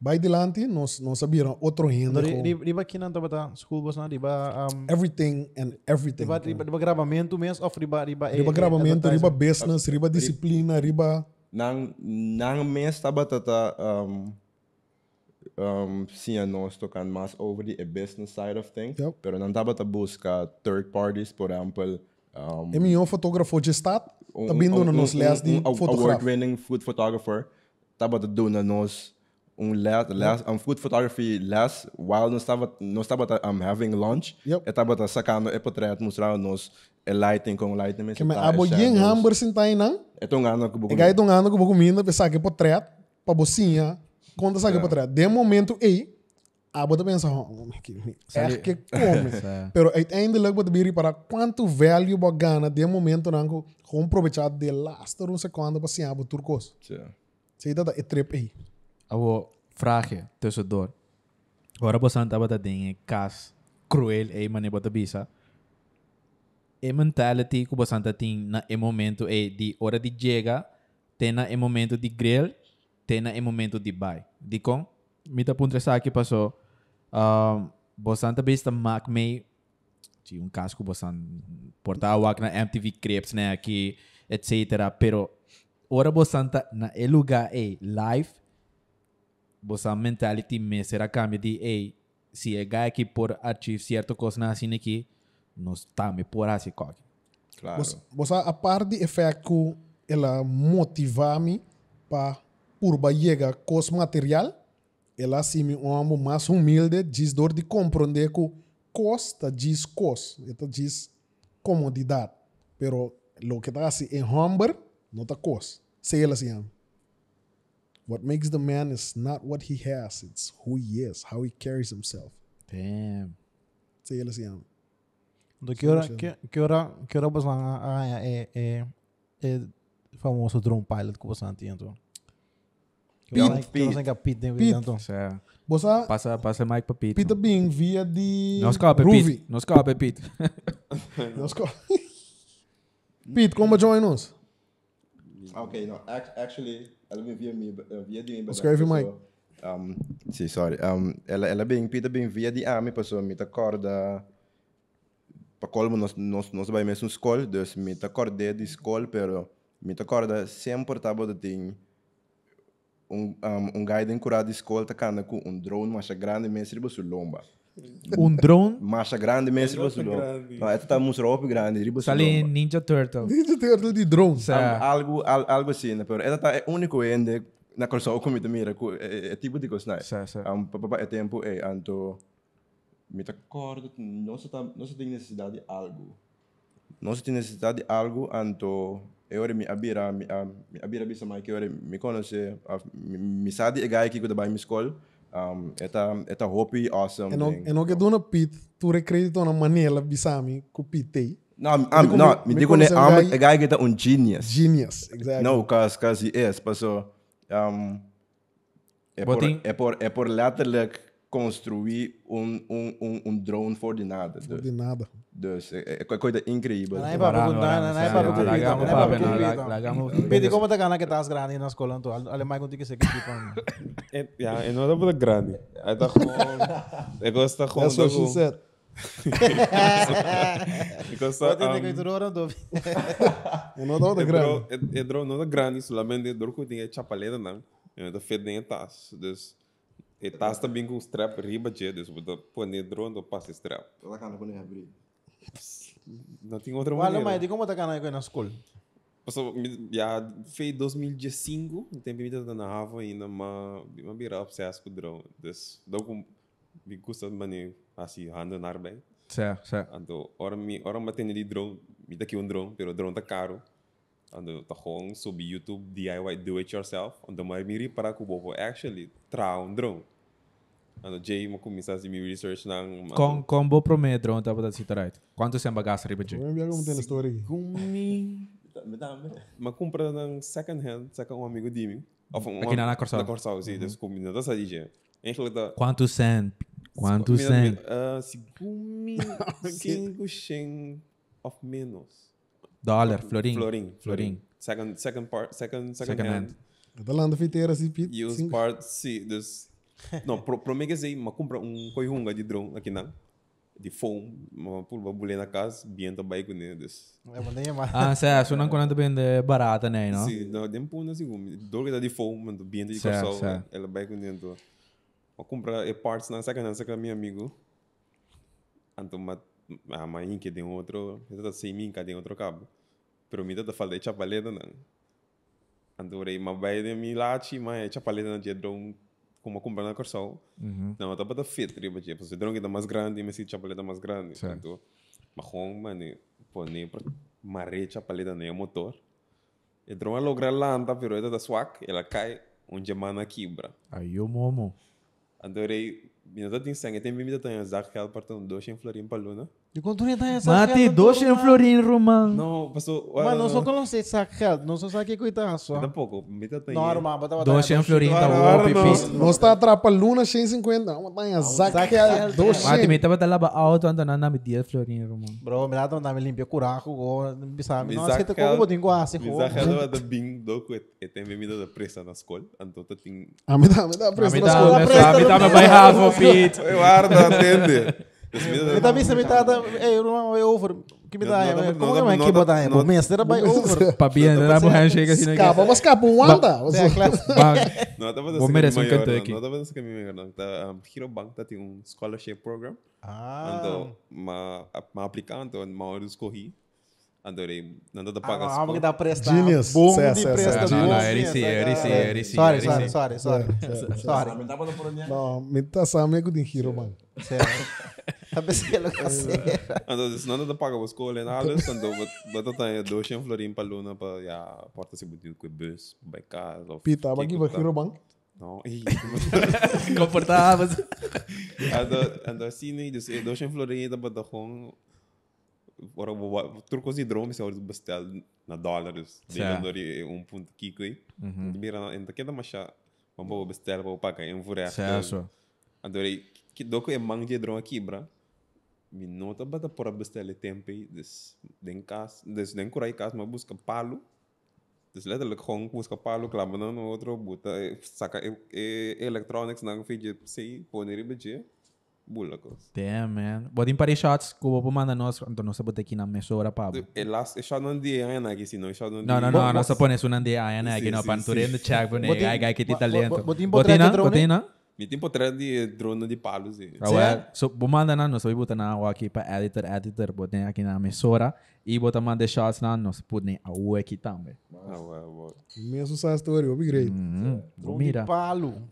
vai delante, nós, nós sabíamos outro renda. com Riba aqui não tá school bus, não. Riba. um, Everything and everything. Riba, riba, eh, riba gravamento mesmo, ou riba, riba, Riba gravamento, riba business, riba disciplina, riba... Nang, nang mês estava a um, um, sim, nós tocando mais over the business side of things, Yep. pero não estava a buscar third parties, por exemplo, um, É meu fotógrafo de estado, um, também um, dando um, nos um, leas um, de um, fotógrafo. award-winning food photographer estava dando nos um les, les, um food photography les while nós estava nós estava um, having lunch Yep. estava tá sacando e portrait mostrando nos e lighting com lighting Que me abo yen hamburger sem tá aí não. então ganha que E gai dongando com pouco mina, pensar que potret, pra bocinha, conta sabe que potret. De momento aí, abo tá pensando, oh, que é que come. Pero eh, uiteindelijk moet je para quanto value bo gana de momento nango, com aproveitar de last um segundo pra sim abo turcos. Sei é da e trip aí. Abo, vraagje tussendoor. Waarom was aan dat dat ding kaas cruel e man wat bisa? E mentality ko was aan dat ding na e momento e di hora di llega, tem na e momento di grill, tem na e momento di buy. Di kon, mita puntre sa aki paso, um, bosanta bista mak me tinha um casco bosan portava na MTV Crepes né aqui etc pero ora bosanta na e lugar é live bosan mentality me será cambia de ei se é gai que por ativo certo coisa na assim aqui, nós tá me por assim coque. Claro. Você, você a parte de efeito, ela motiva-me para urba chegar com os material, ela se me um amo mais humilde, diz dor de compreender que costa diz cost, então diz comodidade, pero lo que está assim em humber, não está cost. Sei ela assim. amo. What makes the man is not what he has, it's who he is, how he carries himself. Damn. Sei ela assim. amo. Do que hora, que, que hora, que hora você ah, é, é, é, é famoso drone pilot que você tem então? Que hora Pete, que hora Pete. você tem Pete dentro Pete. então? Isso é. Você Passa, passa mic pra Pete. Peter Bing via de Não escapa, Groovy. Pete. Não escapa, Pete. Não escapa. Pete, como join nos? Ok, não. ac- Actually, ela me via, me, eh, via de mim. mas Escreve, a Mike. pessoa- Um, sim, sorry. Um, ela, ela bem, pida bem via de a minha pessoa, me acorda. Para colmo, nós, nós, nós vai mesmo escola, dus me acordei de escola, pero me acorda sempre tava de tem um, um, um guy de encurar de escola, tá cana com um drone, macha grande, mesmo, riba sur lomba. Um drone. Macha grande, mesmo, riba sur lomba. grande. Não, essa tá muito roupa grande, riba sur Sali lomba. Ninja Turtle. Ninja Turtle de drones. Isso é. Al- algo, al- algo assim, né? Pero ela tá é único ainda na coleção como te mira, co- é, é, é tipo de coisa, né? Sim, sim. Um, papá é tempo é anto me tá acordo, não se tá, não se tem necessidade de algo. Não se tem necessidade de algo anto eu me abira, me a- me abira bisa mais que eu me conhece, a- me me sabe é gai que eu trabalho na escola. Um, eta eta hobby awesome. E não, thing. e não é que dona Pete, tu recredito na maneira bisami com Pete tem. Não, am- me- não, me me digo né, conhece um am- guy- é gai que tá um genius. Genius, exactly. No, cause, cause he is. But so, um, é, por, Botinho. é, por, é por letterlijk construir um, um, um, um drone voor de nada. Dus, De nada. dus é, é coisa incrível. Não é para perguntar, não é para perguntar, não é para perguntar. Pete, como te gana que estás grande na escola então? Alemão contigo que se equipa. En, ja, en dat wordt grande. Hij dacht gewoon... ik was daar gewoon... That's what she dat gewoon- said. Ik was daar... Pode ter ehm, que tu ora do. E não dá outra É grana. grande. É, é drone, não é grande, solamente é drone que tem a chapaleta, não. É da fed nem a taça. Dus, e taça também com strap riba de, dus, vou pôr nem drone, eu passo strap. Ela canta quando é abrir. Não tem outra Olha, mas maneira. de como te gana que na escola? Passou, me- já fez 2015, no tempo que eu estava na Hava ainda, mas eu virei obsesso com o drone. Dus, dou com... Me gusta de maneira, assim, handen naar bem. Sim, sim. Ando, ora mi, ora ma tenho de drone, me daqui um drone, pero drone tá caro. Ando, tá hong, subi YouTube, DIY, do it yourself. Ando, mas me reparar que o bobo é actually tra um drone. Ando, Jay, ma começar a me research na... Com combo pro meio drone, tá botando assim, right? Quanto sem bagaço, ribanchi? Vamos ver como tem na história aqui. Gumi. Tá, Me dá, me dá. Ma compra na second hand, saca um amigo de mim. Of, um, Aqui na- Uhum. na Corsal. Na Corsal, sim, das combinadas, tá, essa DJ. Eigenlijk dat... Quanto sem? Quanto Combinado sem? met, eh, Sigumi, Ah, cinco shen of menos. Dólar, florim. Florin. Florin. Second, second part, second, second, Second hand. hand. Tá lá na fiteira assim, Pete. E os Sim. parts, sim, dos... Não, pro, pro mega sei, mas compra um coihunga de drone aqui não. De foam, uma pulva bulha na casa, bem da bike, né? Dos... É uma nem mais. Ah, sim, só não quando vende barata, né? Não? Sim, não, nem pôr na segunda. Dor que tá de foam, do bem de Certo, coração, certo. ela bike dentro. Mas compra e parts na second hand, saca meu amigo. Então, ma- a mãe que tem outro, ela tá sem mim, que tem outro cabo. Pero me tá falando de chapaleta, não. Andorei, mas vai de mim lá, chi, mas é chapaleta na dia drone, como comprar na Corsol. Uhum. Não, tá para fit, riba, tipo, se drone que tá mais grande, mas se chapaleta mais grande. Certo. Então, mas com, mano, pô, nem pra marrer chapaleta, nem o motor. E drone a lograr lá, tá, pero ela tá swag, ela cai, um onde a mana quebra. Aí o momo. Andorei, me dá tem sangue, tem bebida, tem azar, que ela partiu um doce em florim pra luna. De quando tu tá essa. Mate, doce em florim, romã. Não, passou... Hum. ah, Mas não só conhece sacado, não só sabe que coitar só. Tampouco, me dá tem... Normal, bota bota. Doce em florim, tá Ora, ora, bom, não. pipi. Nós tá atrapalhando na 150. Uma tanha zaca do Mate, me cheio. tava lá alto, anda na nave 10 florim, romã. Bro, me dá também limpia curaco, go, sabe? Não, Mizahel- aceita como botinho guasse, go. Mizahel era da Bing, doco, e- e tem bebida da pressa na escola. Então, tá tem... Ah, me dá, me dá preço Me na dá, escola. me dá, me dá, me dá, me dá, Eu arda, atende. Eu também se me tá ei, irmão, é over. Que me dá, Não, não, não, como é não, que não, bota aí? não. Bom, minha será vai over. Papi, ainda dá borracha chega assim. né, que- Escapa, mas escapa um anda. É, claro. Bang. Não, estava Vou fazendo merece um maior, Kentucky. Não estava fazendo caminho maior, não. Tá, um, Hero Bank tá tem um scholarship program. Ah, Então, ma, a- ma aplicante, ma hora escorri. Andorei, não dá para ah, pagar. ah, que dá presta. Genius. Bom Cê, de cê, cê. presta. Não, bom não, de ele sim, presta, ele sim, cara. ele sim, Sorry, ele sorry, sim. sorry, sorry. Sorry. Não, me tá sabe que tem hero, mano. Tá pensando que Entonces, não dá para pagar os coles, nada. Então, bota tá dois em Florim para Luna, para já, porta se botar com bus, by car. Pita, aqui vai hero, mano. Não, Confortável. Ando assim, né? Dus, eh, dois em Florim, da bota com. Ora, turcos e drones, é o bastel na dólares. De Sa. Andorei, um ponto Kiko aí. Mira, ainda queda mais chá. Vamos bastel, vamos pagar, é um furé. Certo. Adorei. Que doco é mang de drone aqui, bra. Me nota bata por abestel tempo des den cas, des den curai cas, mas busca palo. Des letterlijk gewoon busca palo, klama na no outro buta, saca e, e electronics na fiji sei, poner e beje. Bulacos. Damn, man. Botem para shots que o Bobo manda nós. Então, nós botamos aqui na mesora, Pablo. E las, e só não de ainda aqui, se não, só não Não, não, não. Nós só ponemos um de aí, né? Sim, Que não sim, panturei sim. no chat, né? Botem- Aí, aí, que tem bo- bo- talento. botem Botem, botrete não? drone? Botem, não? Me tem potré de drone de palos e. Ah, well, so, bumanda na nós, botar na água aqui para editor, editor, botem aqui na mesora e botar mandar shots na nós, putem a U aqui também. Ah, well, Minha sucesso story, upgrade. Hum, mira, Palo.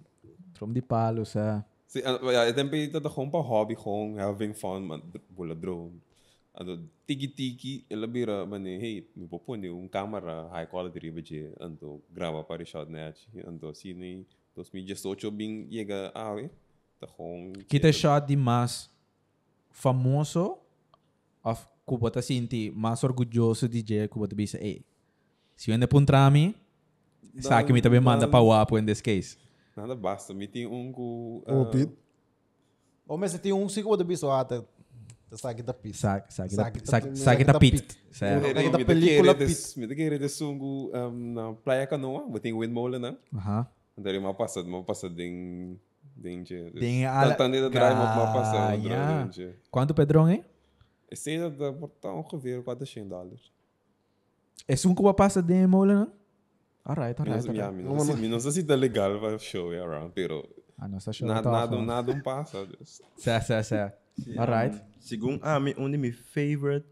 trom de palo, sa. Sim, é também tá gewoon para hobby, gewoon having fun, man. Bola drone. eh, Ado tiki tiki, ela vira, mano, hey, me propõe um câmera high quality ribaje, ando grava para shot net, ando assim, né, 2018 bem chega a, eh, tá gewoon. Que te shot de mais famoso, of que bota sinti mais orgulhoso DJ que bota bisa, ei, se eu ainda para mim, sabe que me também manda para o apo in this case. Nada basta, me tem um com O Pita. Ou mesmo tem um cinco de bicho até. Tá aqui da pista. Sabe, sabe, Sabe que tá- sabe, sabe que tá sabe que tá pit. pit. Sa- Kaya Me película, película pit. Me tem que redesungo um, na Playa Canoa, botem windmill, né? Aha. Ando uma passada, uma passada em danger. Tem ala- Tantando de drive, uma passada, Ganha. danger. Quanto Pedrão é? Esse ainda dá por tá um rever 400 dólares. É um que passa de mola, não? Alright, alright. alright. Não sei se tá legal para show e around, pero Ah, nossa, show. nada, tá nada, awesome. nada um passa. Certo, certo, certo. Alright. Segundo, ah, mi, um de meus favorite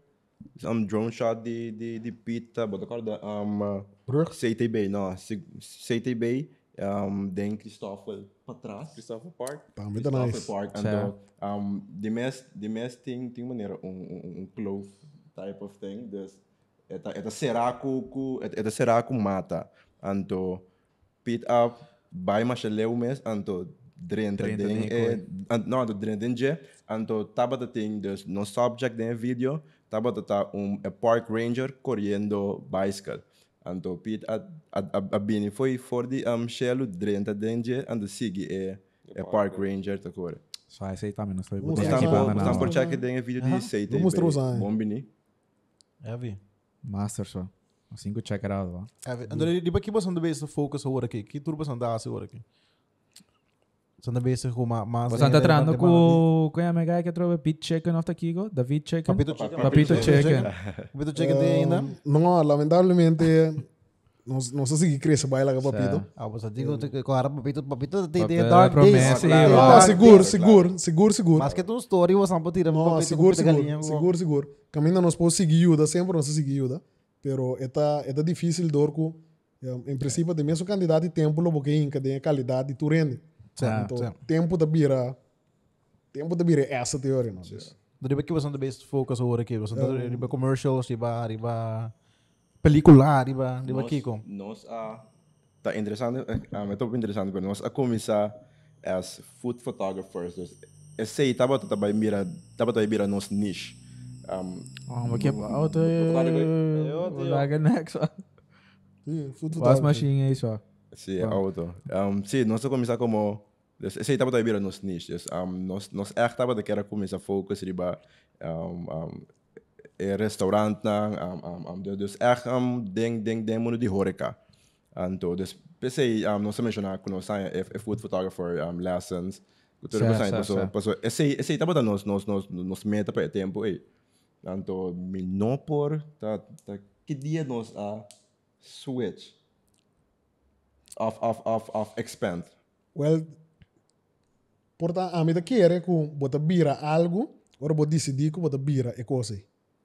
um, drone shot de, de, de Pita, bota corda, um, Brug? CTB, não, C- CTB, um, tem Cristófalo para trás. Christopher Park. Também tá Cristófalo nice. Park, Certo. and, uh, um, de mes, de mes tem, tem maneira, um, um, um clove type of thing, é dus, eta, eta será ku, ku, eta, eta é será ku mata, anto, pit up, bai machaleu mes, anto, drenta 30 ding, ding, eh, an, não, anto, drenta ding je, anto, tabata ting, dus, no subject den video, tabata tá um, a park ranger correndo bicycle, anto, pit, a, a, a, a bini foi for de, um, shelo, drenta ding je, anto, sigi, eh, é Park Ranger, tá cor. Só essa aí também, não sei. Vamos Vou lá, aqui vamos pra lá, nada. vamos por check tem vídeo de Seita. Vamos usar, hein? Bombini. É, vi. Master só. Assim que check it out, vá. É, vi. André, de que você também se focus agora aqui? Que turbo você anda agora aqui? Você também se arruma mais... Você tá tratando com com a mega que trouxe Pete Chicken off the Kigo, David Chicken. Papito Chicken. Papito Chicken. Papito Chicken tem ainda? Não, lamentavelmente, não não sei se que cresce baila com papito. Ah, você digo que agora Papito, Papito tem Papito é dark days. promessa, Tem é, Ah, dark seguro, days. seguro, seguro, seguro. Mas que tem um story, você não pode tirar Não, seguro, seguro, seguro, seguro. Caminho nós podemos seguir ajuda, sempre nós seguir ajuda. Pero é tá é tá difícil dorco. Em princípio, tem mesmo quantidade de tempo lo porque inca tem a qualidade de tu rende. Certo, Então, certo. tempo da bira tempo da bira é essa teoria, não. Yes. Dariba que você também se focus agora aqui? Você dariba commercials, dariba... Dariba... Película, dariba... Dariba aqui com... Nós a... Tá interessante. Ah, mas tô interessante. porque Nós a começar as food photographers. Dus, é Seita, bota tá vai mira, tá bota vai mira nos niche. Um, Oh, mas que auto. Auto. Laga next. ó. Sim, futebol. Faz machinha aí só. sim, auto. Um, sim, nós a começar como... Dus, é Seita, bota vai mira nos niche. Dus, um, nós, nós echt tá bota quer começar focus riba... Um, um, eh, restaurant na, um, um, um, dus- dus echt um, ding, ding, ding moet die horeca. eh, En zo, dus per se, um, nog zo'n mensen kunnen zijn, if, if food photographer um, lessons, Cultura Certo, passante, certo, passou, certo. passou. Essa aí, essa aí tá botando nos, nos, nos, nos meta para tempo aí. Tanto Minopor, tá, tá, que dia nós a ah, switch? Of, of, of, of expand. Well, portanto, a medida que era com bota bira algo, agora vou decidir que bota bira é coisa.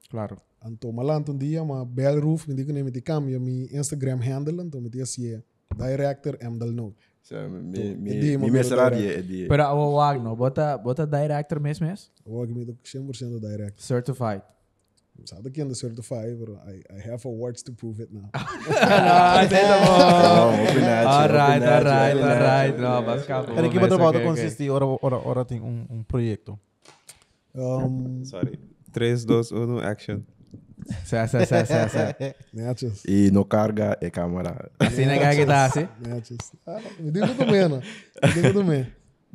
Claro. Então, malanto um dia, uma bel roof, me digo nem me te cambia mi Instagram handle, então me diga se é director M del Note. So, me, é me, dia, me mas mestrado cultura- é de... Pero o Wagner, bota, bota director mesmo, é? Eu acho que me digo 100% director. Certified. Sabe que anda certified, but I, I have awards to prove it now. Oh, open edge, Alright, open edge, alright, open edge. alright. Não, mas capo. Era que o trabalho consiste, ora, ora, ora tem um, um projeto. Um, Sorry. 3, 2, 1, action. Sé, sé, sé, sé, sé. Natchez. E no carga é câmara. Assim não é que tá, assim. Natchez. Ah, me digo também, né? Me digo também.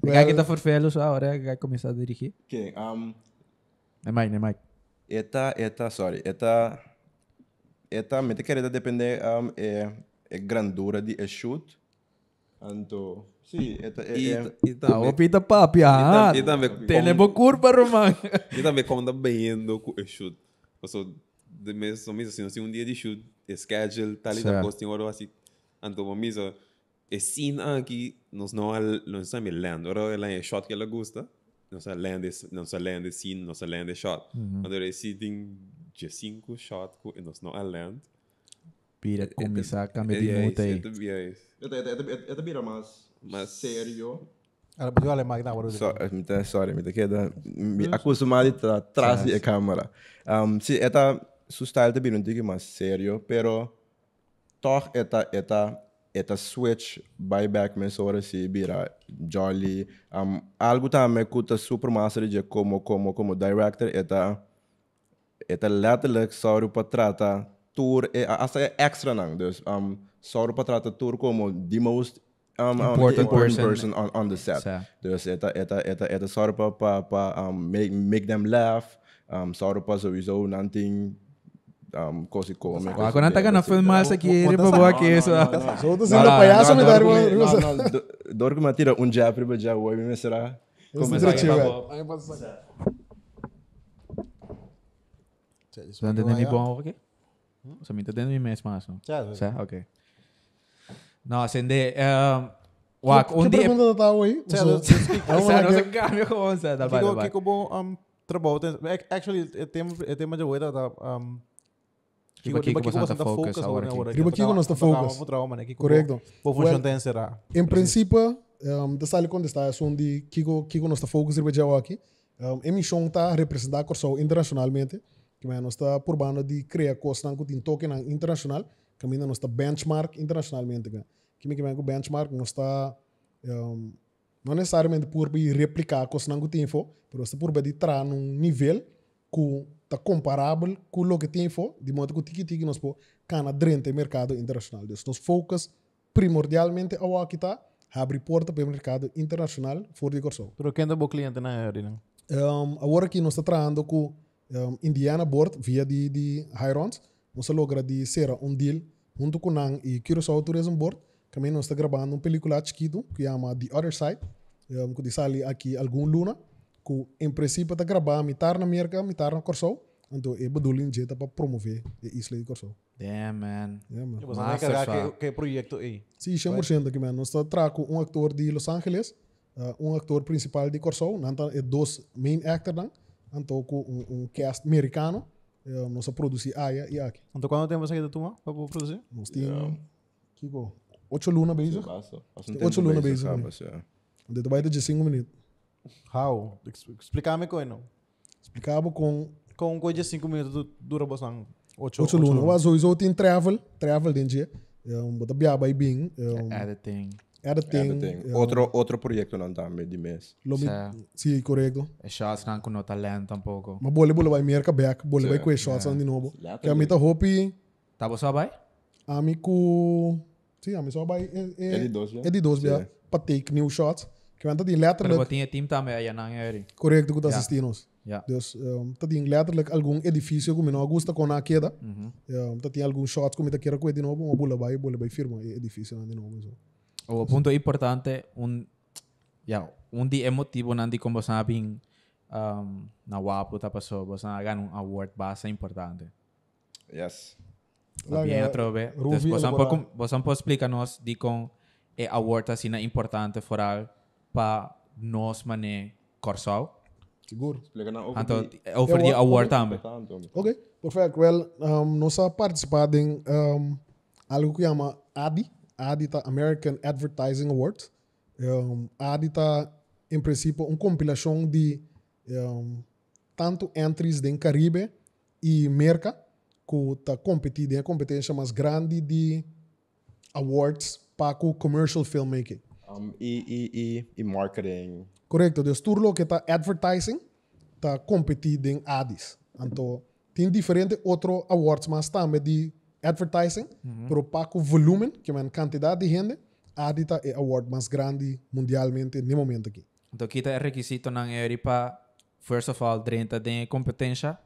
É que tá forfelo só, agora que vai começar a dirigir. Quem? Um, É Mike, é Mike. Eta, eta, sorry, eta, eta, me te querer depender um, é, é grandura de é chute. Anto, sim, eta, é, E, tá, é, e Ah, o também, pita papi, ah. e também Tem como, lebo curva, Román. e também como tá banhando com o chute. Eu sou de mês, sou mesmo assim, assim, um dia de chute, é schedule, tal e tal, Certo. posting ouro assim. Então, vamos mesmo, é sim aqui, nós não há- não estamos lendo, ora ela é shot que ela gosta, não se lendo, não se lendo sim, não se lendo shot. Então, é sim, tem 15 shot eh, que nós não há lendo. Pira, começar a É caminhar de multa aí. isso, é isso. eta, eta, eta, eta, eta bira mais, Mas- sério. Era para olhar mais na hora. So, me te, sorry, me te eh, queda, me acostumado a atrás de câmera. Um, sim, eta, su style te bira um tique mais sério, pero, toch, eta, eta, eta switch, buyback, me sora, si, bira, jolly, um, algo também que tá super massa de como, como, como director, eta, het is letterlijk Sauro Patrata tour. eh, Als hij extra lang, dus um, Sauro Patrata tour komen, die most um, um, important, Important person, person. on, on the set. Zo. Dus het het het het is Sauro Pa, pa, pa um, make, make them laugh. Um, Sauro Pa sowieso, nothing. Um, kosi komen. Agora quando tá ganhando filme mais aqui, ele Wat- wat- babou aqui, isso. As outras Não, ainda não, palhaço não, me não, dar argumento- uma... não, não, do- Door que me tira um jab, riba jab, oi, me será. Esse Começar direitinho, aqui, velho. Aí passa essa cara. Você tá entendendo bom aqui? Você me tá entendendo mesmo, mas não. Certo. Sé, ok. Não, acende. Wak, Que- um Que dia. pergunta tá aí? Certo, Sé, não se cambia com você, tá Kiko, bom. Kiko bom um, trabalho. Tem- ac- Actually, ε, é tema, é tema de hoje da um, Kiko, Kiko bastante focus agora aqui. Kiko, Kiko não está focus. Vou trabalhar, né? Kiko. Correto. Vou Well, funcionar será. Em princípio, um, da sala contestar, é onde Kiko, Kiko não está fogo, sirva de aqui. Um, em Michon está a representar a Corsol internacionalmente, que é mas nós está por banda de criar coisas que tem token internacional, que ainda nós está benchmark internacionalmente. Que que me que é o benchmark nós está um, não necessariamente por bem replicar coisas que tem info, mas está por bem de entrar num nível que está comparável com o que tem info, de modo que o tiki tiki nós pô cana drente mercado internacional. Então, nós focus primordialmente ao aqui está, abre porta para o mercado internacional fora de Corsol. Pero quem é bom cliente na área, né? Um, agora que nós estamos trabalhando com um, Indiana Board via de, de Hirons, nós logra de ser um deal junto com NAN e Curaçao Tourism Board. Também nós estamos gravando uma película chiquito que chama The Other Side, um, que sale aqui algum luna, que em princípio está gravando mitar na América, mitar na Corsol. Então, é bedoeling de para promover a isla de Corsol. Damn, man. Yeah, man. Você vai Massa, carregar só. que, que projeto aí. Sim, 100% aqui, mano. Nós trago um ator de Los Angeles, ah, um ator principal de Corsol, não tá, é dois main actors, não. Então, com um, um cast americano, eh, nós produzimos Aya e Aki. Então, quanto tempo você quer tomar para produzir? Nós temos, Kiko, oito lunas bezig. Outro Luna Luna bezig, man. Então, vai de cinco minutos. How? Ex- Explicar-me como não. Explicava com Com um coisa de 5 minutos du- dura bastante. 8 oito lunas. Mas hoje eu tenho travel, travel dentro de... Um, bota biaba e bem. Um, Editing. editing. eh, Outro, outro projeto não tá, de mês. lomi- Certo. Sim, correto. Shots não com no talento tampouco. Mas bole, bole vai merca back, bole vai Certo. com shots de novo. Lá Que a meta hope... Tá bom, só vai? Ami com. Sim, ami só vai. É, é, É de 12, já? É de 12, Sim. já. Para take new shots. Que vai estar de Pero pues eu letterlijk. tinha time também aí, não é? Correto, que tá Ja. assistindo. Yeah. Dus, um, tá de letterlijk algum edifício que me não gosta com a queda. Uhum. Um, tá tem alguns shots que me tá queira com de novo. Uma é né, bola vai, bola vai firma. E edifício não de novo. So. O punto importante, un, ya ya um dia emotivo nandi como você sabe um, na wapo tá passou você ganha um award bastante importante Yes. Lá, Bien, eh, outra vez. Ruvi Entonces, você elaborado. pode, você pode explicar-nos de com é eh, award assim é importante foral para nós mané Corsal. Seguro. Explica na over Então, the- over É the o- eh, award também. Portanto, homem. Ok, perfeito. Well, um, nós há participado em um, algo que chama ADI. ADI tá American Advertising Award. Um, ADI está, em princípio, uma compilação de um, tanto entries do Caribe e Merca, que está competindo, é competência mais grande de awards para o commercial filmmaking. Um, e, e, e, e marketing. Correcto, de turlo que está advertising, está competindo em ADIS. Então, tem diferentes outros awards, mas também de advertising, pero para o volume, que é a quantidade de gente, ADIS tá é o award mais grande mundialmente no momento aqui. Então, quita é requisito na E Eri para, first of all, 30 de competência.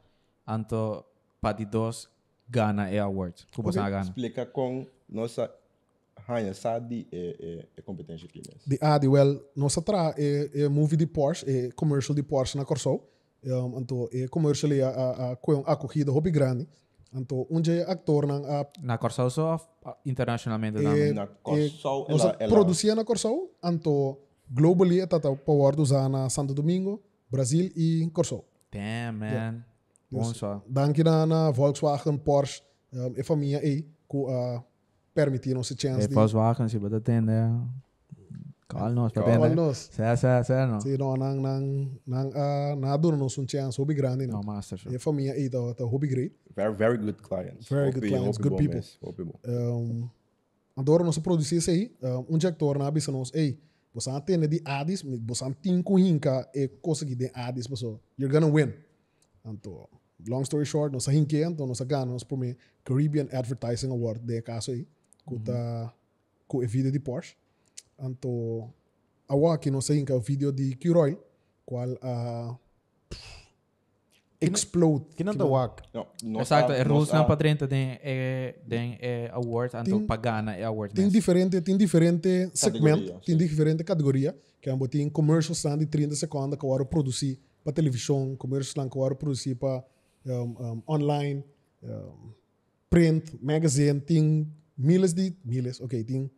Então, para de dois, gana é award. Como você gana? Explica com nossa rainha Sadi é, é, é competência aqui mesmo. De ADIS, well, nossa tra é, é movie de Porsche, é commercial de Porsche na Corsol. Um, então, é commercial é a, a, a, a corrida hobby grande. Então, onde é actor na a Na Corsal só ah, internacionalmente também. Eh, Na eh, Corsol, nós ela- ela- produzia na Corsol, anto globally está o power usar na Santo Domingo, Brasil e Corsol. Damn, man. Bom só. Danke na, na Volkswagen, Porsche um, e família aí que a permitiram se eh, Eh, chance É de Volkswagen, se você atender. Call nós, eh. para Call atender. nós. Sério, sério, sério, não. se não não não não ah, não dura nos um chance hobby grande Não, não. master. sure. E família aí tá tá hobby great. Very, very good clients. Very good clients, good bom people. mesmo, hope bom. um, adoro nosso produzir isso aí. Um, um diretor na abissa nos, ei, você não tem de Addis, mas você não tem com hinca e conseguir de Addis, pessoal. You're gonna win. Então, long story short, nossa hinca, então nossa gana, nosso primeiro Caribbean Advertising Award de caso aí, com tá com a vida de Porsche. Então, agora aqui nossa hinca o vídeo de Kiroi, qual a explode. Que não tá wack. Não, nós Exacto, há- é nós rules há- não para 30 tem é, tem é award, então Tem- para Ghana é award Tem mesmo. diferente, tem diferente segmento, Categoria, tem diferente categoria, que é tem commercial stand de 30 segundos que eu quero produzir para televisão, commercial stand que eu quero produzir para um, um, online, um, print, magazine, tem milhas de milhas, ok, tem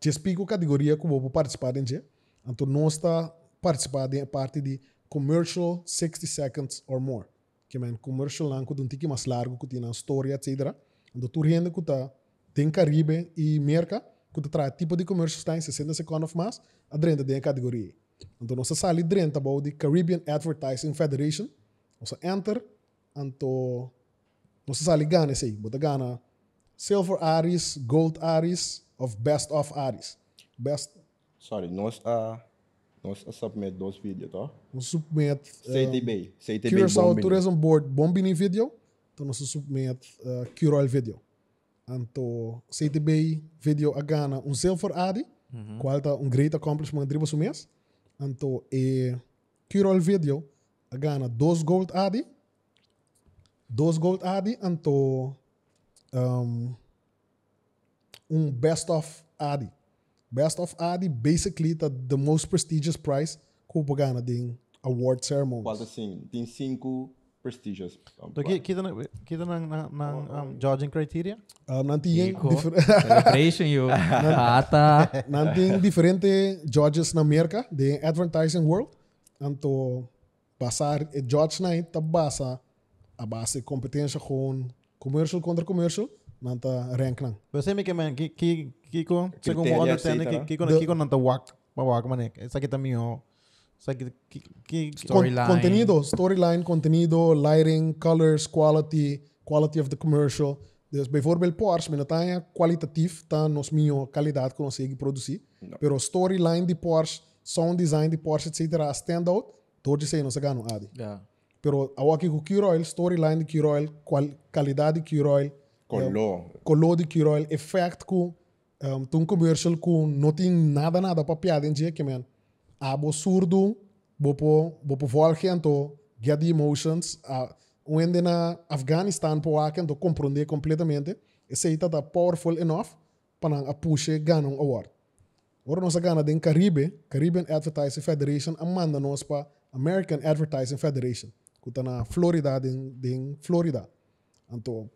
te explico a categoria que eu vou participar em dia. Então nós está participando em parte de commercial 60 seconds or more, que é um commercial lang que é um tique mais largo, que tem uma história, etc. Então tu rende que tá tem Caribe e Merca, que tu traz tipo de commercial está em 60 segundos mais, a drenta tem a categoria. Então nossa sala drenta bom de Caribbean Advertising Federation, nossa enter, então nossa sala gana esse aí, bota gana Silver Aries, Gold Aries, of Best of Aries. Best, Sorry, nós a nós a submit dois vídeos, tá? nós submete uh, CTB, CTB Curaçao Bombing. Tourism um Board Bombini Video, então nós submete uh, Curol Video. Então, CTB Video a Ghana, um Silver Ari, qual tá um great accomplishment dribo mês. Então, e Curol Video a Ghana, dois Gold Ari, dois Gold Ari, então um, um Best of Adi. Best of Adi, basically, tá the most prestigious prize que o Pagana tem award ceremony. Quatro, cinco. assim, Tem cinco prestigious. um, Então, que, que, tá na- que tá na, na, na um, judging criteria? Ah, não tem Rico. difer- Celebration you. Ata. não tem diferentes judges na América, de advertising world. Então, passar e judge night tá basa a base de competência com commercial contra commercial, não tá rank não. Você me que man, que que que com segundo Criteria, eu entendo etcétera. que que com The- que com não tá wack, mas wack mané. Essa aqui também ó. Essa aqui que que Story. Con- Storyline. contenido, storyline, contenido, lighting, colors, quality, quality of the commercial. Dus bijvoorbeeld Porsche, men dat is kwalitatief, dan ons mio kwaliteit kunnen zeggen productie. No. Pero storyline de Porsche, sound design de Porsche, etc. stand out, door te zeggen, ons gaan nou adi. Yeah. Pero awa ki ku Q-Royal, storyline de Q-Royal, kwal- kwaliteit de Q-Royal, Color. color de Q-Royal, effect ku, um, toen commercial ku, nothing, nada, nada pa piada em dia que, man, abo surdo, bopo, bopo volgento, get the emotions, uh, onde na Afghanistan po akento compreender completamente, esse aí tá tá powerful enough para a puxe ganhar um award. Ora nossa gana tem Caribe, Caribbean Advertising Federation, a manda nós para American Advertising Federation, que está na Florida, em Florida. Então,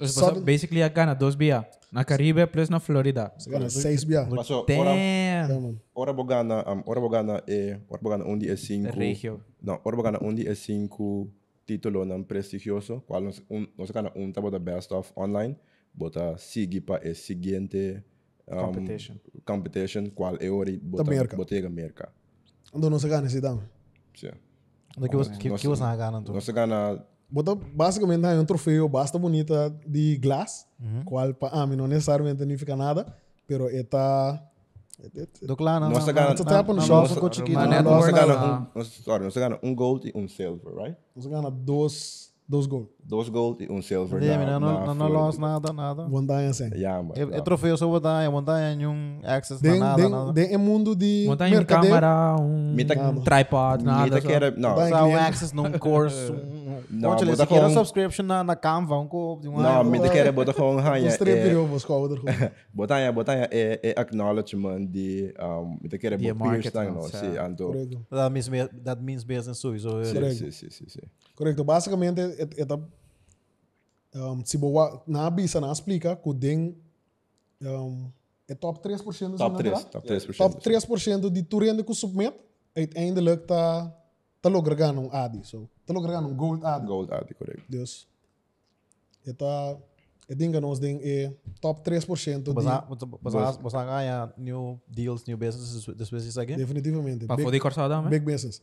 Dus Southern- basa- basically, ik ga naar dos bia. Naar Caribe plus naar Florida. você gana seis biá. Passou, ora, É, Damn. mano. ora Bogana, um, ora Bogana é, ora Bogana onde é cinco. Regio. Não, ora Bogana onde é cinco título não prestigioso, qual nós um, nós cana um tá bota best of online, bota sigue para é seguinte um, Competition. competition qual é ori bota Amerika. bota é América. Então nossa gana se dá. Sim. Onde que você- que- Nossa. que você na gana, tu? Nós cana Bota basicamente é um troféu basta bonita de glass, qual para ah, não necessariamente significa nada, pero está Do clã, não, Nossa não, gana- não, Você não, tapa no não, chão, não, você- ficou chiquito, Mas não, é não, do nós Bogana. cana um, nós, sorry, nós cana um gold e um silver, right? você gana dois dois gols. Dois gold e um silver. Damn, na- na não, não, não, não Florida. lost nada, nada. Vandaia assim. Yeah, man, É, é yeah. troféu só botar, é montanha, nenhum access, na Den, nada, den, né? nada. den é mundo de Want een mercadeio. camera, een Met een- um tripod, nada. Mita zo. que era, não, Vai- Só um cliente. access, num course, um... um- Não, Concha, bota se quer com- um subscription na, na Canva, um co... de um- não, mita que era bota com Os ranha. três é- virou vos com a outra coisa. Botanya, botanya é, é acknowledgement de um, de que era Die bom pierce market não, não, notes, sim, ja. ando, Correto. That means, bu- that means business too, so... eh, Correct. sim, sim, sim, sim, Correto. Basicamente, é, é tá, um, se boa na bisa na explica que o den um, é top 3% do tá? top seu 3, natural. top 3%. Top 3% de turende que submete, uiteindelijk tá tá logra ganha um AD, so tá logra ganha um gold AD. gold ad, correct. Deus. É tá é dinga nós den é top 3% de, Mas há- mas- mas há- mas há ganha ah, new deals, new businesses this business again? definitivamente. Maar Big- voor die corsada, man. Big business.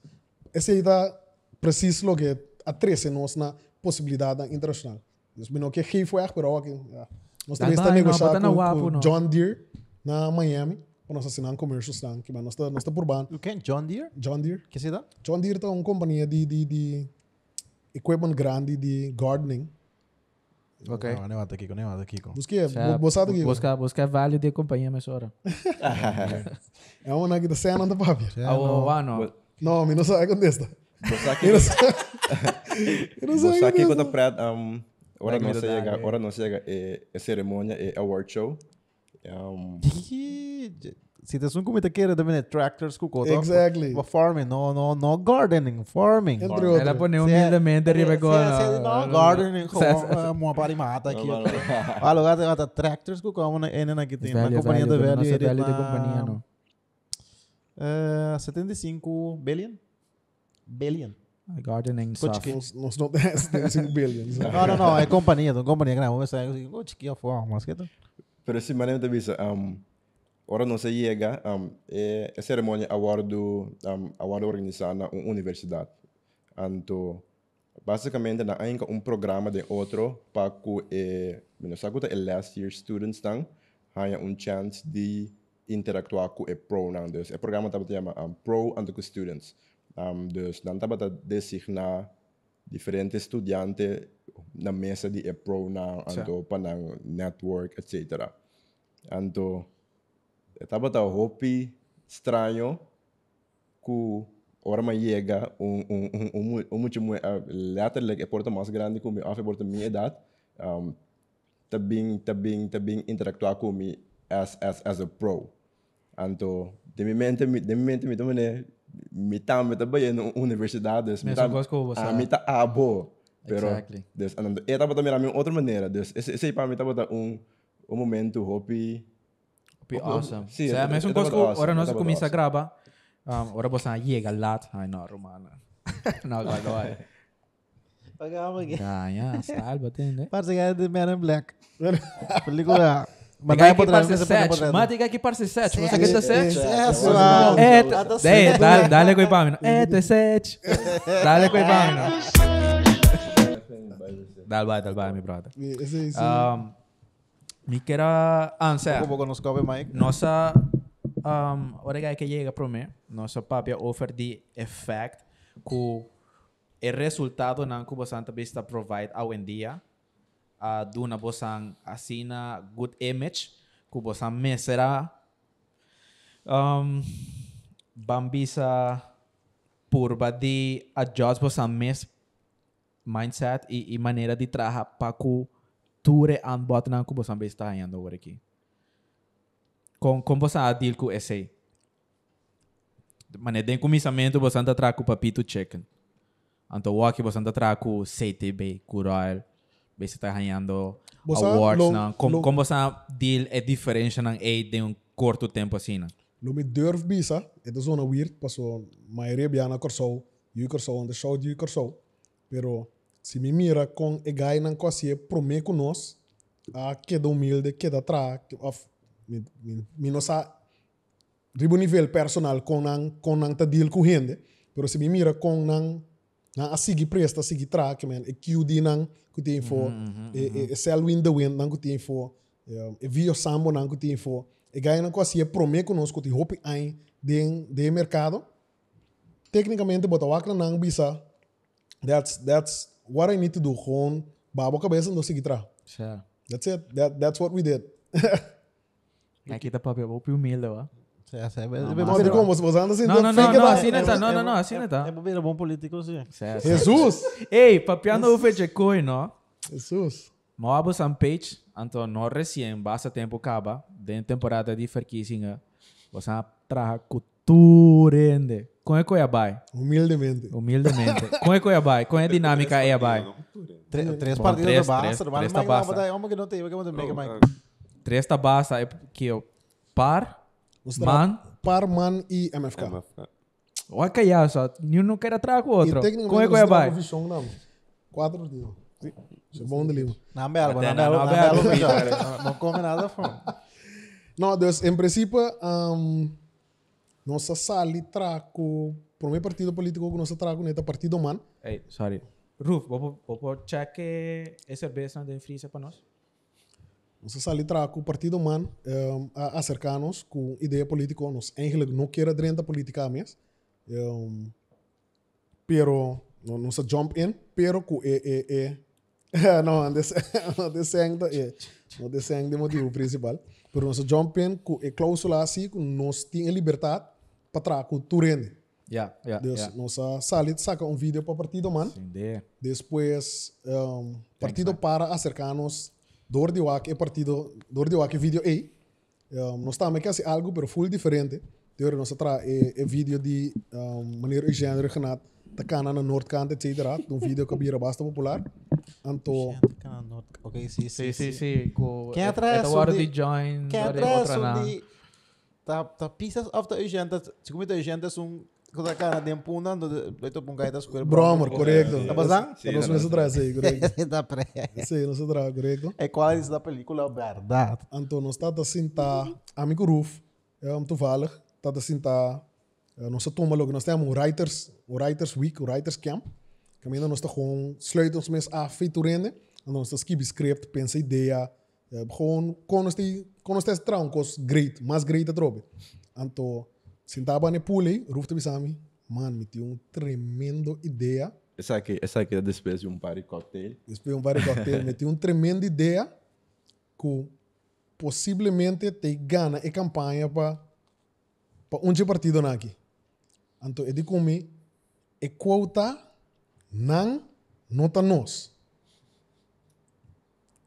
Essa aí está preciso logo é a 13 nós na possibilidade internacional. Nós não que rei foi para o que Ah, nós Daarbij, também está nou, negociando wat dan nou wapen, com, nou? John Deere na Miami para nós assinar um comércio lá que nós está nós está por ban. O quê? John Deere? John Deere, Que cidade? John Deere está uma companhia de de de equipment grande de gardening. Oké. Não, nem mata Kiko, nem mata Kiko. Busque, você sabe que É, Busca, busca value de companhia, mas ora. é uma que está sendo anda para ver. Ah, oh, ah, não. Não, me não sabe contesta. Você aqui, Eu não sei. Eu não sei. você aqui quando prat, um, ora Like não me chega, dat, ora não chega é é cerimônia, é award show. Um, Que- Se tem um comitê que era também é tractors com coisa. Exactly. Farming, não, não, não gardening, farming. Entre Ela outros. põe um humildemente Se- se- ribegona. se- Não, gardening, como eh, uma parimata aqui. Não, Ah, lugar de até tractors com como né? na NN aqui tem, na companhia da velha. é tá? Nossa value de companhia, não. Eh, 75 billion? Billion. Gardening stuff. Nós, nós não temos 5 bilhões. Não, não, não, é companhia, não, companhia grande. oh, Vamos ver se é chiquinha forma, mas que tal? pero se maneira também isso, um, ora não chega, um, é é cerimônia award do um, award organizada na un- universidade. Anto, basicamente na ainda um programa de outro para que eh, menos agora é last year students tang haya um chance de interactuar com o pro não dus é programa tá chama um, pro and the students um, dus dan tá bata designar diferentes estudiantes na mesa de e pro na anto panang network etc anto tá bata hopi estranho ku ora ma llega um um um um mu- um muito muito later like é porta mais grande como a porta minha idade um também também também interactuar comigo as as as a pro então de minha mente me- de minha mente me também me tá me também na universidade Mensen gosto com você. a me tá abo pero Exactly. des anando e tá botando mira minha outra maneira des esse esse para me tá botando um um momento hopi Be awesome. Sim, Sim, é é- mesmo é coisa que tava awesome, ora é nós tava começa a awesome. gravar. Um, ora você chega lá, ai não, romana. Não, agora. Pagava aqui. Ganha, ah, salva, tem, né? Parece que é de Man in Black. Película. Mandar Mandar aqui pra trás, parse mas é pra 7. trás. Manda aqui parse 7. Você Eh, quer ter 7? É, suave. É, Ah, tá é, certo. dale, dale com Ipamina. É, tu é 7. Dale com Ipamina. Dale, vai, dale, vai, meu brother. Esse, esse, Um, me queira. Ah, Um certo. pouco nos cobre, Mike. Nossa. Um, hora que chega para mim, nossa própria offer de effect com o resultado na que você também está provide ao em dia. Ah, A duna você assina good image, que você mesera. Um, bambisa purba de adjust você mes mindset e, e maneira de trabalhar para que ture and botna que você está indo agora aqui. com como você a deal com o essay. Mané, tem começamento, você anda atrás com o papito chicken. Então, o aqui você anda atrás com o CTB, com o Royal. Vê se tá ganhando Você awards, long- não. Como, long- como você deal é diferente, não? É de um curto tempo assim, não? Lo mi durf bisa, het is zo'n weird, pas zo, maar rebiana corso, je corso, en de show die corso. Pero, si mi mira con e gai nan quasi prome con nos, a queda humilde, queda tra, of, mi, mi, mi no sa, ribo nivel personal con nan, con nan ta deal con gente, pero si mi mira con nan, nan a sigi presta, sigi tra, que men, e QD nan, que tem for, Mm-hmm, e, e, e sell win the win nan que tem for, eh, e vio sambo nan que tem for, e gai nan quasi prome con nos, que tem hopi ein, de, de mercado, tecnicamente bota wakla nang bisa that's that's what I need to do gewoon babo cabeça no seguitra Sure. that's it that that's what we did Aqui tá papel, vou humilde, ó. Sim, sim. mas de como você anda assim Ah, Não, não, não, fake it não, out. assim não tá, não, não, não, assim não É tá. para ver bom político, sim. Certo. Jesus é, Ei, papel não fez de coin, não? Jesus Moabo San Page, então não recém, basta tempo acaba, de temporada de Ferquisinha, você traga cultura, com é Cuiabá, humildemente humildemente, com é Cuiabá, com é dinâmica é Cuiabá. Tre- Três Bom, partidas três, da basta, três, três mano. Mas da não vai basta. botar uma que não tem, vai que eu vou mega, Mike. Três tá basta, é que eu par, Você tra- man, par man e MFK o acaiá só, nenhum não quer traga o outro, e tecnicamente com é você tra- Cuiabá. profissão, não quatro dias isso é bom de lima Na berba, Até na na- na berba, na berba, berba, Peter. Não come nada, fã. não Deus em princípio um, nossa sali traco para mim partido político que nossa traco neta partido man Ei, sorry. Ruf, vou vou check é cerveja de freezer para nós. Você sai literal com o Partido Man um, a acercar-nos com ideia política. Nós, eigenlijk, não quer aderir à política mas Um, pero, não, não se jump in, pero com e, e, e. não, andes- não descende, é, não descende o motivo principal. Pero não se jump in com a cláusula assim, com nós temos liberdade para trás, com tu rende. Yeah, yeah, Então, Ah, yeah. nós sai saca um vídeo para o Partido Man. Sim, de. Después, um, partido para acercarnos. Dor de Wak, partido, Dor de Wak, vídeo E. Um, nós estamos aqui a fazer algo, mas full diferente. Então, nós traz um vídeo de um, maneira higiene genado, da cana na norte-canta, etc. Um vídeo que vira bastante popular. Então, Ok, sim, Sim, sim, sim, sim. com- Quem é- atrás é da hora o de- de join. Que hora de atrás outra, né? de... Tá, tá pieces of the agenda. Se comida agenda é um... Coisa cara de empuna, doito pun gaita square. Bromer, correto. sí. Tá pasando? Sí, Tá nós la mesmo atrás aí, correto. Da pré. Sim, nós atrás, correto. É qualidade da película, verdade. Então, nós estamos assim, tá, amigo Ruf, é um tuvalo, está assim, tá, eh, nós estamos logo, nós temos o Writers, o Writers Week, o Writers Camp, que ainda nós estamos gewoon, sluit ons hum mes af, featurende, en nós estamos escrevendo script, pensa ideia, eh, gewoon, com nós tem, com nós temos trancos, great, mais great a trobe. Então, sentava na pule, Ruf te bisami, mano, me tinha um tremendo ideia, Essa aqui, essa aqui é a despesa de um par de cocktail. Después de un barrio cocktail, metí una tremenda idea que posiblemente te gana a campanha para pa um partido aqui. Então, eu digo me é quota não nota nós.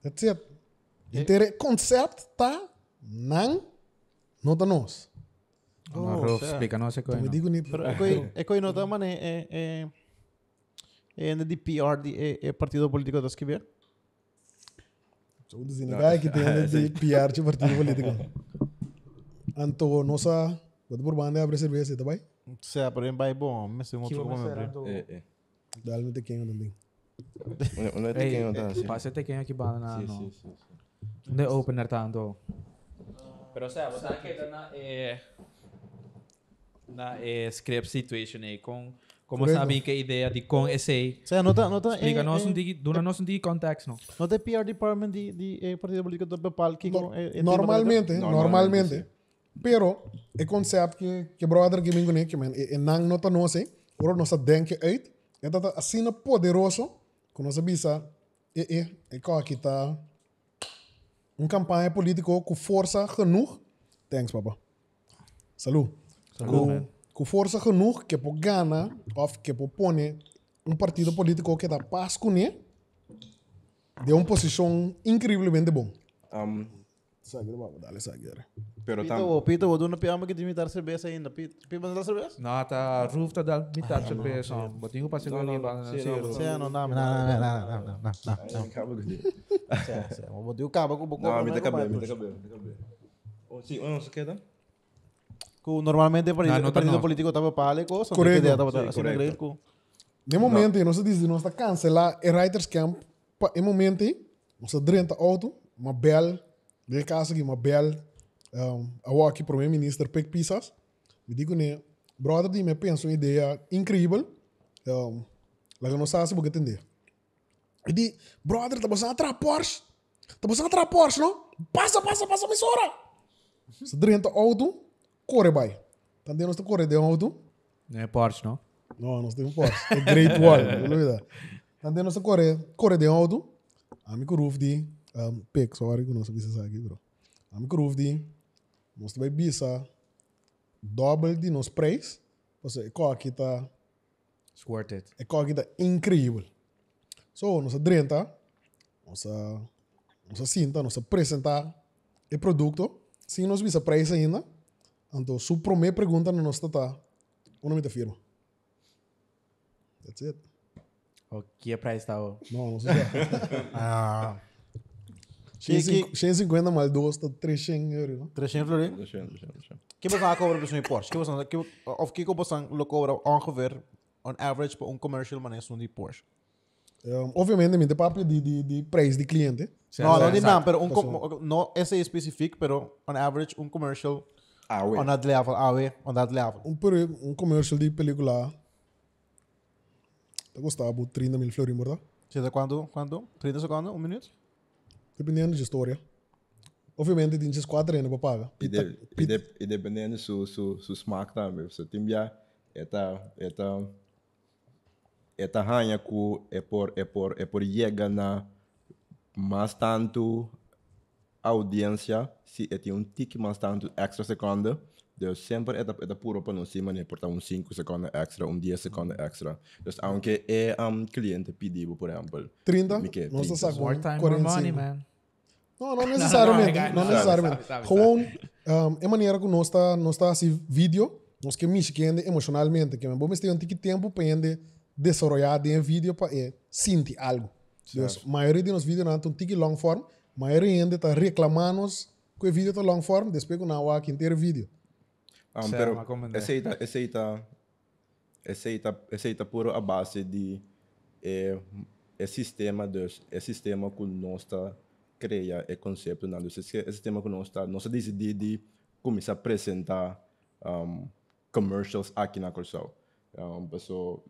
That's it. Então, o conceito tá não nota nós. Não, Oh, Rolf, certo. explica, não sei Eu como. me digo nem Pero é coi, é coi nota, mano, é... É, é, é na de PR, de, é, é partido político das que ver. Sou desinagado que tem um de piar de partido político. Então, nossa, vou te propor abrir cerveja, tá bem? Se abre vai bom, mas se um outro como abrir. É, é. Dá-lhe um tequinho também. Onde- Onde é que tem outra assim? Passa até quem aqui bala na. Sim, não. sim, sim, sim. Onde é opener tanto? Pero se você quer na é na é script situation aí com como Correcto. sabe que a ideia de com esse Se nota, nota... explica nós é, um de dona nós um de contexto não. Não tem PR department de, de, eh, partido político do Bepal que No- eh, eh, normalmente, Normalmente, normalmente. Pero, é conceito que, que brother que me conhece, man, é, é não nota nós, hein? Ora, nossa denke out. É tata assim poderoso, que nós abisa, é, é, é qual aqui tá uma campanha política com força genoeg. Thanks, papa. Salud. Com, com força genoeg que é pode ganhar, ou que pode pôr um partido político que tá paz com ele, de uma posição incrivelmente bom. Um, Sagre, vamos, dale sagre. Pero tá Pito, tam, ô, Pito, eu dou no piama que imitar cerveja ainda. Pito, Pito, não dá cerveja? Nou, ta tá, roof ta dal mi ta chepe som. Botingo pasi ko ni ba na zero. Você não dá, não, não, não, não, não, não, não. Ai, acaba com isso. Você, eu botei o cabo com o bocão. Não, me dá cabelo, me dá cabelo, me dá cabelo. Oh, sim, não, você quer dar? Normalmente Nah, o partido, nota partido no. político estava pale, coisa. Correto. Correto. Estava Sí, sendo correcto. grego. co. De momento, nós dizemos, nós está cancelar o Writers Camp. Pa- Em momento, nós drenta auto, uma bel, de caso aqui, uma bel, um, a aqui primeiro-ministro Pek Pisas. Me digo, né, brother, de me penso uma ideia incrível, um, lá que não sabe se vou entender. E di, brother, tá passando atrás Porsche, tá passando atrás Porsche, não? Passa, passa, passa, me sora. Nós drenta auto, corre, vai. Então, nós estamos correndo de auto, Nee, é Porsche, no? não, nós temos forte. É Great Wall, não dúvida. Andei nossa Coreia. Coreia de Aldo. Amigo Ruf de. Um, Pek, só hora que nós precisamos aqui, bro. Amigo Ruf de. Nós vai bisa. Double de nos preços. Ou seja, qual aqui tá. Squirt it. É coisa que tá incrível. Só nossa drenta, nossa, nossa cinta, nossa apresentar o produto. Se nós visa preço ainda, então sua primeira pergunta no nosso tá, o nome da firma. That's it. O que é pra estar? o- Não, não sei. Ah, Que- que- 150 mais 2, tá 300 euros, não? 300 florins. Deixa eu, deixa eu, deixa eu. Que pensava cobrar pessoa em Porsche? Que pensava, que, of que pensava lo cobra ongeveer, on average, por um commercial manejo de Porsche? Um, obviamente, mente papo de, de, de preço de cliente. No, no, Exact. não, pero um, com- no, esse é específico, pero on average, um commercial Ah, ué. on that level, AW, on that level. Um, per- um comercial de película. Eu gostava de 30 mil florins, verdade? Você tá quanto? Quanto? 30 segundos? Um minuto? Dependendo da história. Obviamente, tem esses quatro anos para pagar. E, de, e, de, e dependendo do seu, seu smack também, você tem já esta esta esta ranha que é por é por é por chegar na mais tanto audiência se é tem um tique mais tanto extra segundo então sempre é da é da pura para não cima né portar um 5 segundos extra um 10 segundos extra então aunque é um cliente pedido por exemplo 30, Mickey, nós please. sacamos More time, more money, man. Não, não necessariamente. Não, não, Não não, necessariamente. sabe, sabe, Gewoon, um, é maneira que nós está nós tá assim, vídeo, nós que mexe que ande emocionalmente, que vamos ter um tique tempo para ende desarrollar de um vídeo para é, sentir algo. Então, a maioria de nossos vídeos não é um tique long form, a maioria ainda está reclamando que o vídeo está long form, depois que não há que inteiro vídeo. Um, Será pero tá, uma comandante? aceita, aceita, aceita, aceita por tá a base de é, é sistema dos, é sistema que nós tá cria é conceito não, dos, é sistema que nós tá, nós decidi de começar a apresentar um, commercials aqui na Corsal. Um, pessoal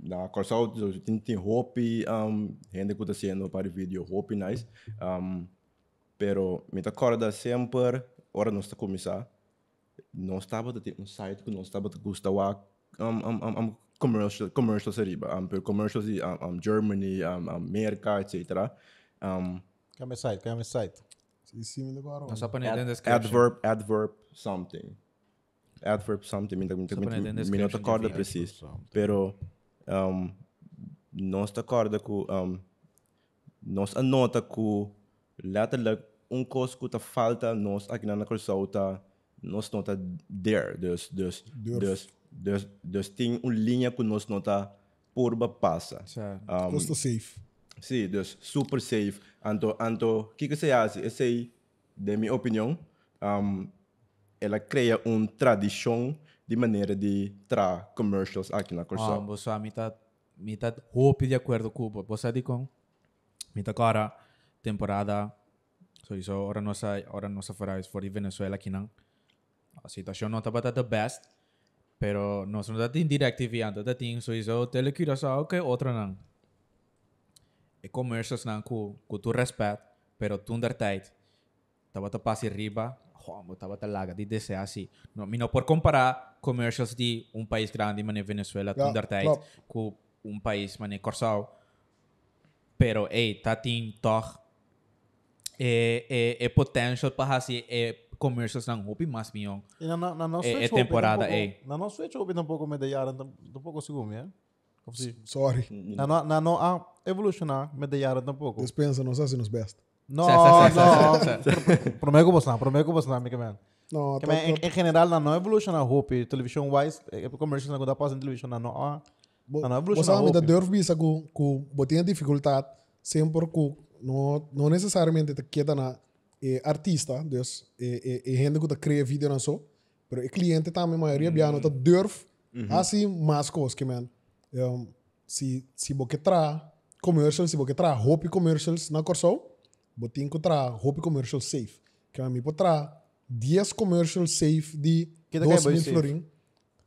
na Corsal dos- tem tem hope, um, gente que está sendo para o vídeo hope nice. Um, pero me acorda sempre, hora nós tá começar não estava de ter um site que não estava de gostar um, um, um, um commercial commercial seriba um, per commercials de um, um, Germany um, América etc um, Câmera site, câmera site. Sim, sim, agora. Não só pra ad- nem description. adverb adverb something adverb something me me- Só pra me- entender me- a me não description te acorda de preciso pero um, nós te acorda que um, nós anota que letterlijk um coisa que te falta nós aqui na Corsol tá nós não tá there dus dus Durf. dus dus dus tem uma linha que nós não tá por ba passa Certo. Um, Custa safe. Sim, dus super safe. Anto, anto, o que que você acha? Essa aí, da minha opinião, um, ela cria uma tradição de maneira de tra commercials aqui na Ah, Corsal. você a mitad, mitad hope de acordo com você de com mitad cara temporada so isso ora nossa ora nossa fora for de Venezuela aqui não a situação não estava the best pero nós não tá em DirecTV antes tá tem so ah, isso telecura só que outra não e commercials não com com tu respeito pero tu under tight estava a passar riba como estava a laga de desejar assim não me não por comparar commercials de um país grande mané Venezuela Ja, tu under tight klopt. com um país mané Corsal pero ei tá tem toch é é é e, potential para assim é commercials não hope mais mion E na, na, na nossa um Eh, eh, temporada, eh. Na nossa Switch Open um tampouco me dejaram tampouco segundo, é? Como se... Sorry. Na, na, na, na, a evolucionar me dejaram tampouco. Dispensa, nós assim nos best. No, Sa- sa- sa- no. sa- sa- Prometo que bosna, prometo que bosna, mi kemen. No, Kemen, in- in general, na no evolution a hope, television wise, eh, commercials na kuda pas in television na no. ah. na no evolution a Você da hope. dor visa com com botinha dificuldade sempre com não não necessariamente te queda na eh, artista, dus e e gente que tá cria vídeo na só, pero o cliente também a maioria biano tá dor assim mais coisas que man. Um, se se você tra commercials, se você tra hobby commercials na corso, botinha que tra hobby commercials safe. Que a mim pode tra 10 commercials safe de Que tá que é 2 boy mil safe? florin.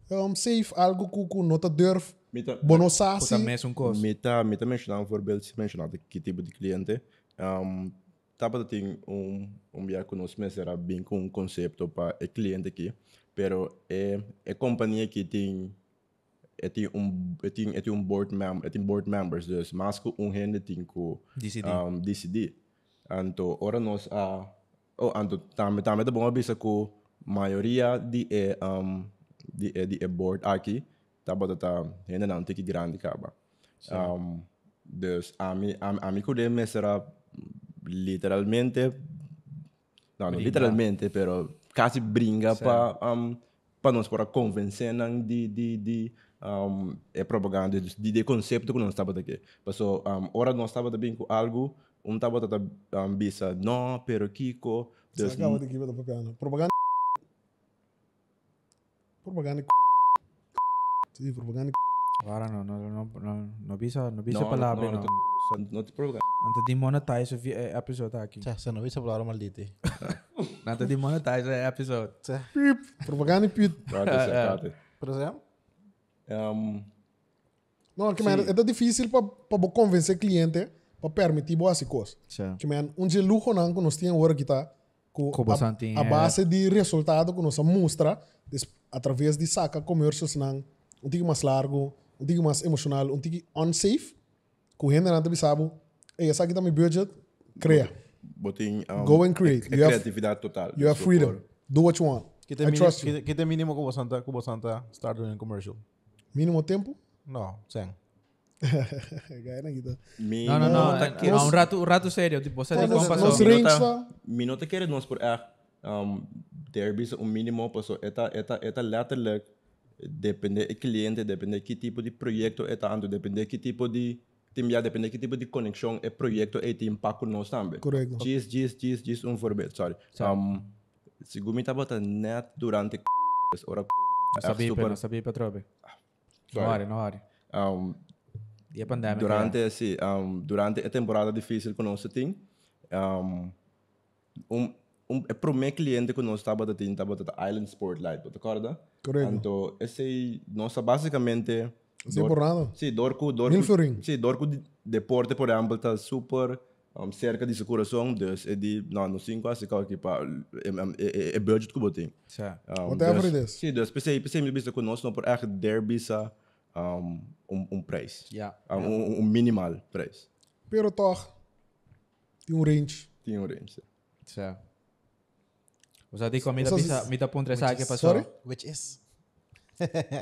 Um, safe, algo que não tá durf, Meta, Bonosassi. Puta, mes un kost. meta, meta mencionava, voorbeeld, você mencionava que tipo de cliente. Um, tava da tem um, um dia que nós era bem com um conceito para o cliente aqui, pero é é companhia que tem é tem um é tem é tem um board member, é tem board members, dus mas que um rende tem com DCD. um, DCD. Anto, ora nós a... Oh, anto, também também tá bom avisar que maioria de é um de é de é board aqui tá bota tá ainda não tem que grande caba. Um, dus a mi a, a mi cuide me será literalmente não, não literalmente, pero quase brinca para um, para nós para convencer não de de de um, é propaganda de, de, de conceito que nós estava aqui. Passo um, ora nós estava bem com algo, um estava tá um, bisa, não, pero Kiko, Você dus, acaba de é equipe da propaganda. Propaganda. Propaganda. Sim, propaganda. Wara, no, no, no, no, no bisa, no bisa não, palavra, não, não. não, não, não te propaganda. Nanta demonetize vi- eh, episode aqui. Sa sa no bisa hablar maldito. Nanta demonetize eh, episode. Propaganda e pito. Eh, Prate, sacate. Por exemplo, Um, Não, que man, é tão difícil para convencer cliente para permitir boas coisas. Tja. Que man, um dia luxo não que nós temos hora que tá com Com bastante, a, a eh, base de resultado que nós mostra des- através de saca comércios não um tico mais largo, um tico mais emocional, um tico unsafe, que o gente não sabe, sabe, "Ei, essa aqui tá meu budget, cria. botem, um, Go and create. É, é You have- criatividade total. You have Dus, freedom. Do what you want. que te I mínimo, trust you. que, que te mínimo que bosanta, que bosanta start doing commercial. Mínimo tempo? No, sen. Ganha na guita. Mi, Não, não, não. tá eh, que- não, Um rato, um rato sério. Tipo, você tem como Nos, passou. nos Minuta- rings lá. minuten keren ons voor echt um, derbies om minimaal pas zo. Eta, eta, eta letterlijk depende de cliënten, depende de tipo de projecto eta ando, depende de tipo de team ja, depende de tipo de connexion e projecto e team paco no sambe. Correcto. Gis, gis, gis, gis un voorbeeld, sorry. Um, Sigumi tabata net durante c******, ora Não sabia, super- não sabia, Petrobe. Não Sorry. hora, não hora. um, E a pandemia. durante assim, um, durante a temporada difícil que nós tínhamos, um, um, um, é para o meu cliente que nós estávamos tendo, estávamos tendo tá Island Spotlight, tu acorda? Correto. Então, esse nossa basicamente... Sem é por nada. Sim, Dorco, Dorco... Mil florim. Sim, Dorco de- deporte, por exemplo, está super um, cerca de seu coração, dus é de, não, no 5 a 5 aqui, pá, é, é, é, é budget que eu tenho. Tja. Um, Wat hebben we dus? Sim, dus pensei, pensei mesmo isso conosco, não por echt derbisa um, um, um preço. Ja. Um, um, um minimal preço. Pero toch, tem um range. Tinha um range. Tja. Você tem comida, Zoals- pizza, mita pontra, sabe que passou? Sorry? Which is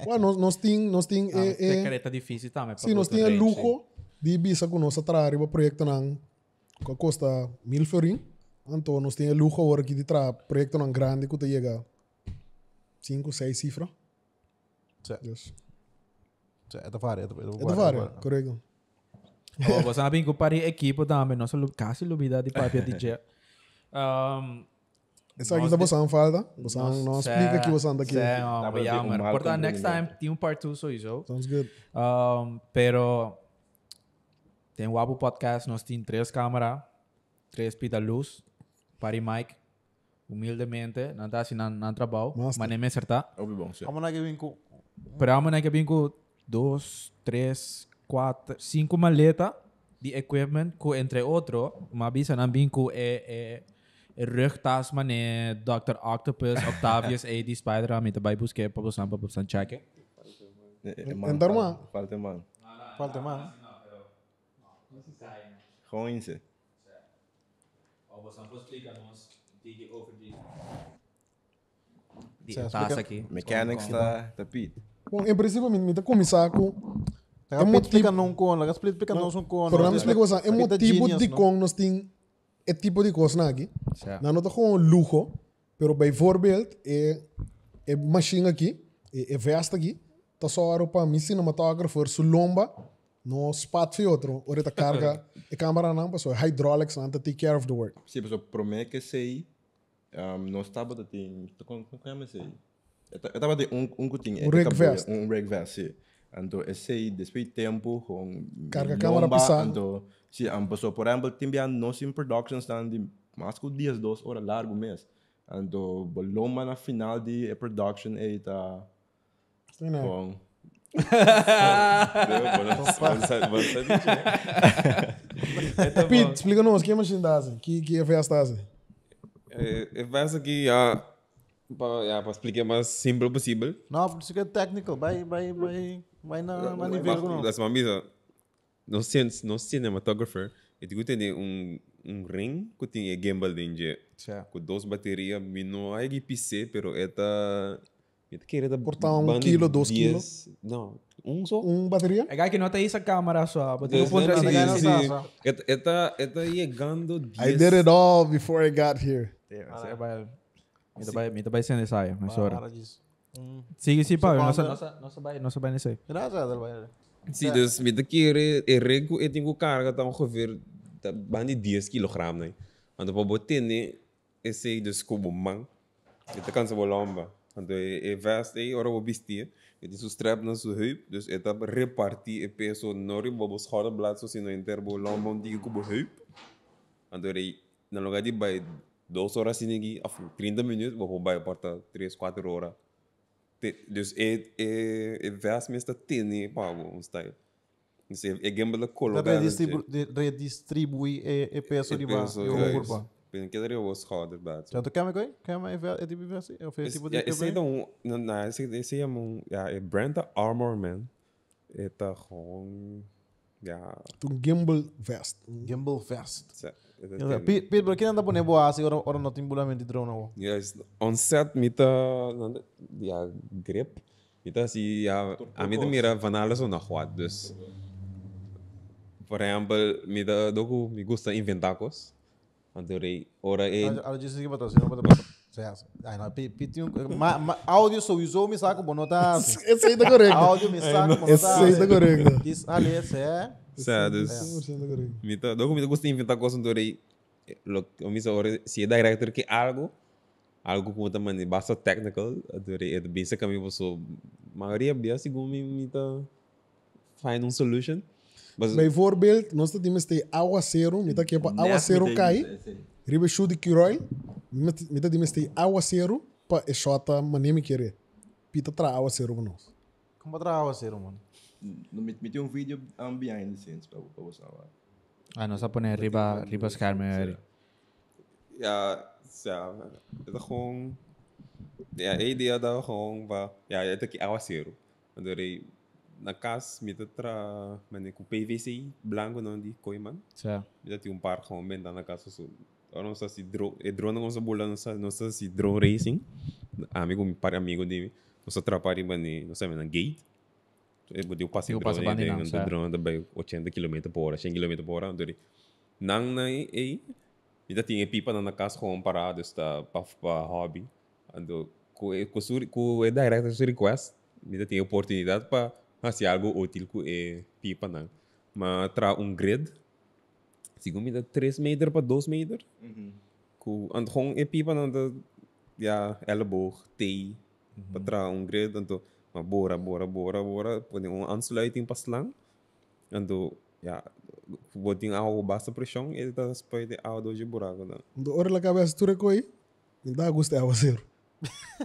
Ué, nós, nós temos... Nós temos Ah, tem é, é, careta difícil também. sim, nós temos lucro de bisa com nós atrás para o projeto não que custa mil florim. Então, nós temos lucro agora que de trás projeto não grande que te chega 5, 6 cifras. Certo. Yes. é da vara, é da vara. É de várias, correto. Oh, você sabe que o pari equipo também, não só casi lubida de papia DJ. Um, Essa aqui tá boçando falta. Boçando, não explica que boçando aqui. Sim, oh, Dapat di jammer. umal Portanto, kung next hindi. time, tem um part 2 sowieso. Sounds good. Um, pero tem o Abu Podcast, nós temos três câmeras, três pita luz, pari mic, humildemente, não está assim, não, não trabalho, mas Master. nem me acertar. Ouvi É bom, sim. Vamos lá que vem com Pero vamos né, que vim com dois, três, quatro, cinco maletas de equipment, com, entre outros, uma bisa não vim com é, é, rugtas, mané, Dr. Octopus, Octavius, AD, Spider-Man, e também busquei para você, para você checar. É, Andar maar. Falta man. falta mais. Gewoon inzet. Ou você pode explicar-nos de over de... Zeg, De taça aqui. Mechanics está tapete. Bom, em princípio, me está começar com É um Tá explica não com, lá explica não são com. Por não explica você, é Aqui tá motivo de genius, não? como nós tem é tipo de coisa na aqui. Certo. Não nota com luxo, pero bijvoorbeeld é é machine aqui, é, é vesta aqui. Tá só aro para mim cinematógrafo, su lomba, no spat fi outro, ora tá carga, é câmera não, pessoal, hydraulics, não take care of the work. Sim, pessoal, prometo que sei. Um, nós estávamos tem. Como é que sei? Eu estava de um um cutinho. Um rekvest. Um regvest, sim. Então, eu sei, depois de tempo, com. Carga a câmera pisar. Então, sim, um, pessoal, por exemplo, tem bem nós em production estão de mais que dias, duas horas largo mês. Então, boloma na final de production é tá Sei não. com. Pete, explica nos que é machine dá, que que é vesta dá. Eu penso aqui ah, para explicar o mais simples possível. Não, por isso que é technical. Vai, vai, vai. Vai na, na nível. não. Das assim, uma misa. No cin- no cinematographer, eu digo que tem um um ring que tem um gimbal dentro. Certo. Com duas baterias, me não é que PC, pero é da eu queria da Cortar um banda quilo, dois 10. Não, um só. Um bateria? É que não tem essa câmera só. Mas tem um Desde ponto antes assim. Sim, de- sim. Eta- eta- eta llegando I 10. did it all before I got here. Mita vai, mita vai ser nessa aí, mas Para ora. disso. Sigue sim, pá. Só Nossa, quando- nossa, nossa vai, nossa vai nessa aí. Graças a Deus, vai. Sim, então, dus met de keren in Renko eet ik ook karga dan ongeveer dat ben die 10 kilogram nee. Want op een tenne is hij dus kubo man. Het kan ze wel lamba. Want hij hij vast hij ora op bistie. Het is zo strap naar zo heup, dus het heb repartie en peso nori bobo schouderblad zo zien in terbo nou lamba die kubo heup. Want hij dan nog die bij dos horas zien ik af 30 minuten, bobo bij parta 3 4 horas. Te- Dus é, é, é vast meestal tênis pago um style. Dus é, é gamble color Redistribu- de- Redistribui e e peso de baixo. Eu é vou por baixo. Ben que daria o Schoder bad. Já tu quer me coi? Quer me ver? É tipo de assim? Eu fiz tipo de. Esse é um, não, não, esse esse é um, ja, é brand armor man. É tá com, ja, Um gimbal vest. Gimbal Fest. se- é da tênis. Pete, Pete, por que não anda pondo boa assim? Ora não tem bulamento de drone. ó. Yes, on set met uh, ja, grip. Weet je, zie ja, aan midden meer van alles en nog wat. Dus, voor example, met de doku, me gusta inventar cosas. Want er is, ora Ah, één, Ela disse que para trás, não para trás. Certo. Ai, não, Pete, Pete, tem um- ma- ma- áudio sowieso me saco, bom, não tá. Esse aí tá correto. Áudio me saco, bom, não Esse aí tá correto. Diz, ali, esse é. ja, dus, 100% tá correto. met de doku, me gusta inventar cosas. Want er is, lo, om is ora, si je director que algo, algo como também de basta technical, er is, het beste kan me wel zo, maioria, bia, segundo me, me ta, find a solution. Mas, Bijvoorbeeld, nós temos este aguaceiro, mita que é para aguaceiro cair, ribe chu de Kiroi, mita temos este aguaceiro para exota manemi querer. Pita tra aguaceiro para nós. Como para trás, mano. Me tem um vídeo um, behind the scenes para você. Ah, nossa põe riba, riba schermo aí. ja, ja, het is gewoon. Ja, één deel dat we gewoon. wa- Ja, het is ook zero. Want er is een kaas met het tra. Met een PVC, blanco, dan die kooi man. Certo. Dat die een paar gewoon bent aan de kaas. of Zo. Daarom staat die drone. Het drone onze boel, dan staat die drone racing. Amigo, een paar amigo die we. Onze trapari, maar nee, dan zijn we een gate. Eh, Eu botei o passe Sim, o passe drone, eu bandinão, tenho um certo. drone também 80 km por hora, 100 km por hora. Então, não, não, e ainda tinha pipa na casa com parado, está para hobby. eh, Então, com o direct su request, ainda tinha oportunidade para fazer algo útil com a pipa. Não. Mas tra um grid, segundo me, 3 metros para 2 metros. Com and gewoon in piepen aan de ja, elleboog, T. Patra, een grid. En toen, maar bora, bora, bora, bora. Wanneer een aansluiting pas lang. En toen, ja, wordt die oude basse pressão. En dat is bij de oude je buraco dan. Do ora la cabeça tu recoi, me dá gosto de aguaceiro.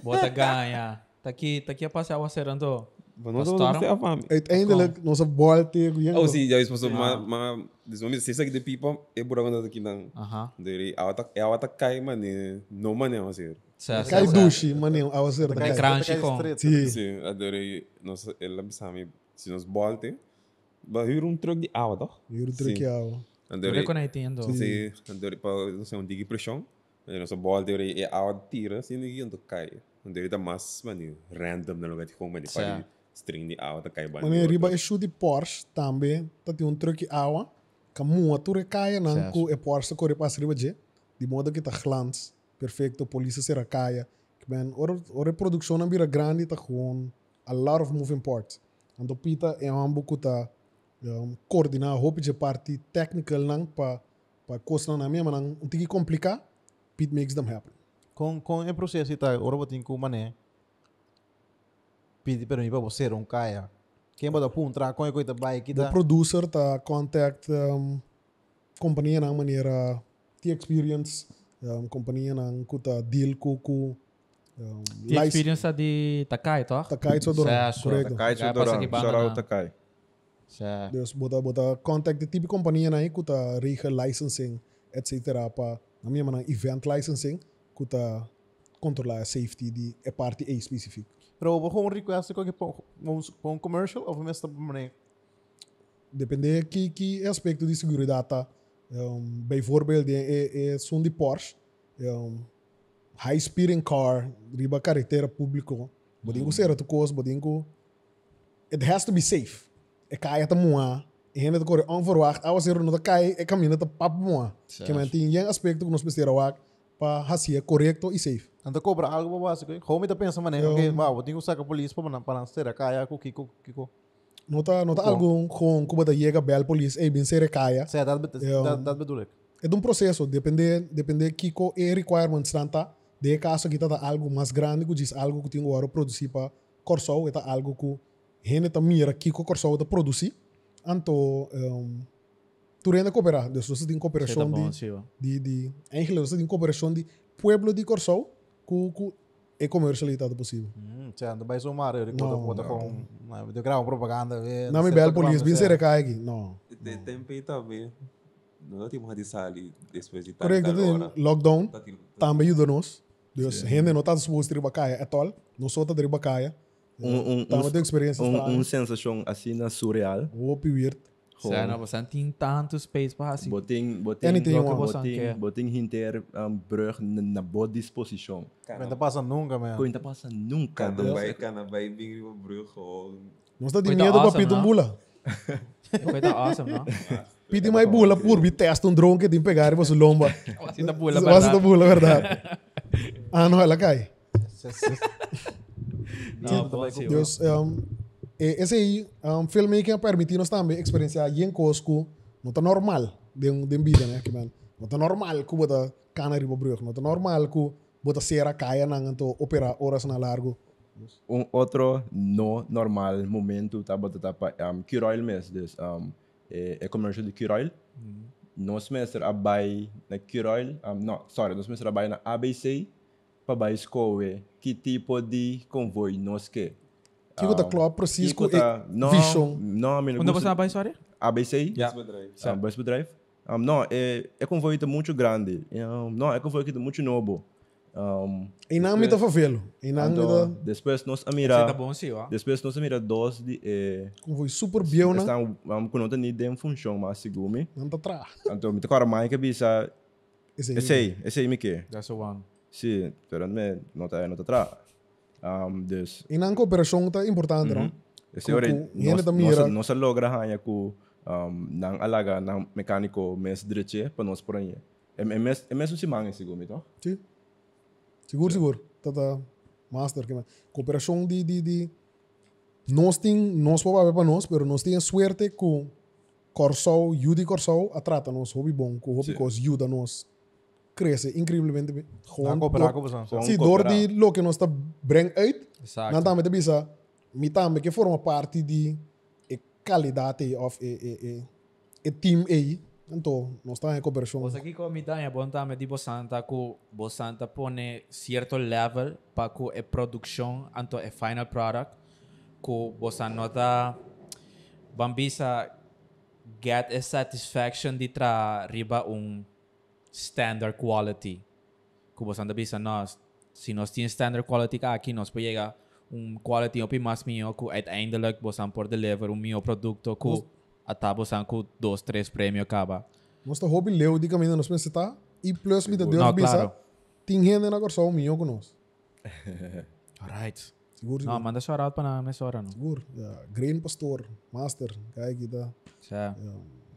Bota ganha. Tá aqui, tá aqui a passear o acerando. Van Pas ons was daarom? het afhalen. Uiteindelijk, nossa bola teve. Oh, zie, juist pas op. Maar, maar, dus om je te zeggen, de piepen, ik buraco dat ik dan. Aham. Dus hij had dat kai, maar nee, no man, hij was hier. Certo. Cai certo. duche, maninho, aguaceiro. Cai Cai crunch com. Sim. Sim, adorei. Nossa, ela sabe se nos bolte. Mas eu um troco de água, tá? Eu troquei algo. Eu Adorei. reconectando. Sim, adorei para não sei um digue pressão. Mas nossa bola adorei é água tira, assim ninguém ando cai. Adorei da massa, mano, random no lugar de como ele Sim. faz string de água tá cai bani. Maninho, riba é chu de Porsche também, tá tem um troquei algo. Kamu ature kaya nang Certo. ku e porsa kore pas riba je. Di modo que ta glans, perfecto, polícia será kaya. Que ben or or production na bira grande ta com a lot of moving parts. Ando pita e ambu ku ta um, coordinar hope je parte technical nang pa pa costa na minha nang um tiki complicar, pit makes them happen. Com, com o processo tá? e tal, agora eu tenho que o mané pedir para mim para você, um caia. Quem bota para um traco, com a coisa bike, The da producer ta contact um, companhia na maneira the uh, experience um, companhia na kuta deal ku ku uh, um, Die experience tá de Takai, tá? Takai Tsodoran, Certo. correto. Takai Takai Chodoran, passa aqui, shout banana. out Takai. Certo. Deus bota bota contact the tipo companhia na kuta riga uh, licensing etc pa na minha maneira event licensing kuta controlar a safety di é parte a specific. Pero eu vou com um request com um commercial ou vou mesmo para mané. depende que que aspecto de segurança tá um, bijvoorbeeld é é som de Porsche um, high speeding car riba carretera público bodingo será tu coisa bodingo it has to be safe é caia tá moa e ainda tá corre onverwacht a was erro não cai é caminho tá papo moa que mantém um aspecto que nós precisamos wak para hacia correto e safe Anda cobra algo para você, como me tá pensando mané, ok, uau, eu tenho que sacar a polícia para para não ser a caia, com Kiko, Kiko. não tá não tá algum com como tá chega bel polícia e bem ser caia Certo, dá para durar. é de um processo, depende, depende que qual é o requirement tanta. De caso que está algo mais grande, que diz algo que tem que produzir para Corsol, está algo que gente tá mira que o Corsol está produzir. Então, um, tu ainda cooperar, Deus, você tem cooperação de, de, de, Angela, você tem cooperação de pueblo de Corsol com com é comercializado possível. Hum, Certo, vai somar, eu recordo, bota com, né, eu gravo propaganda. tá Não me belo polícia, bem ser aqui, não. Tem tempo também. Não temos a ali depois de Correto, tem lockdown. também ajudou-nos. Deus, a gente não está disposto a ir para eh, caia, at all. Não sou de ir para eh. caia. Um- um- Estava um- tendo experiência Um, estranha. um sensação assim na surreal. Opi weird. Certo, não, você não tem tanto space para assim. Botem, botem, Anything you botem, want. botem, botem inter um, brug na, na boa disposição. Não passa nunca, man. Coisa passa nunca. Cada Deus. vai, cada vai vir o bruxo. Nós está de Coisa medo para awesome, pedir um não? bula. Coisa awesome, não? Pedir mais bula por me testa um drone que tem que pegar e você lomba. Você tá bula, Você tá verdade. bula, verdade. Ah, não, ela cai. tá Não, assim? bom, sim, bom. Deus, um, e- esse aí, um, filmmaking permite nós também experienciar em coisas que não tá normal de um de um vida, né? Que, man, não tá normal que bota cana riba brug, não tá normal que bota serra caia na então operar horas na largo. um outro no normal momento tá bota tá pa um Kiroil mes des um é, é commercial de Kiroil nós mestre a bai na Kiroil um, não sorry nós mestre a bai na ABC para bai escoe que tipo de convoi nós que Que bota club preciso Cisco que tá não eh, vision. não me Onde você gusta vai, sorry? ABC Yeah. um, Bus Drive um, não é é convoi muito grande um, não é convoi muito novo um, em nome da favela, em nome então, da depois nós a Você mirar tá bom, sim, ó. Depois nós mira dos de eh, como foi super bem, né? estão vamos com outra ideia em função mas segume. Não tá atrás. Então me tocar mais que bisa Esse aí. esse aí, esse aí me que. That's the one. Sim, pero me não tá não tá tra. Um, des E na cooperação tá importante, não? esse Com- hora com- yun ito mira. nós nós logra hanya com um, nang alaga nang mecânico mes direito para nós por aí. É é mes é mesmo se mangue segume, tá? Sim. Seguro, seguro. Tá, tá. Master. Que, cooperação de, de, de... Nós tem, nós para para nós, mas nós temos sorte com Corsol, Yudi Corsol, atrata nós, hobby bom, com hobby coisa, ajuda nós. Cresce incrivelmente bem. Não cooperar com você. Se dor de lo que nós está bring out, Exato. nós também te bisa, me também que forma parte de e qualidade eh, of eh, e, e, e, e eh, team aí. Então, nós estamos em cooperação. Você aqui com a Midanha, bom também de Bosanta, que Bosanta põe certo level para que a produção, então o final product, que você nota, bambisa, get a satisfaction de tra riba um standard quality. Que você anda bisa, nós, se nós temos standard quality ka aqui, nós podemos chegar um quality um pouco mais melhor, que uiteindelijk você pode deliver um melhor produto, que até você com dois, três prêmios acaba. Nós tá hobby leu de caminho nós pensar e plus me deu Não, a claro. bisa. Tem gente na corsol minho com nós. Alright. Seguro, Não, seguro. manda shout-out para nessa hora, não. seguro. Yeah. Grain pastor, master, cai aqui tá. Certo.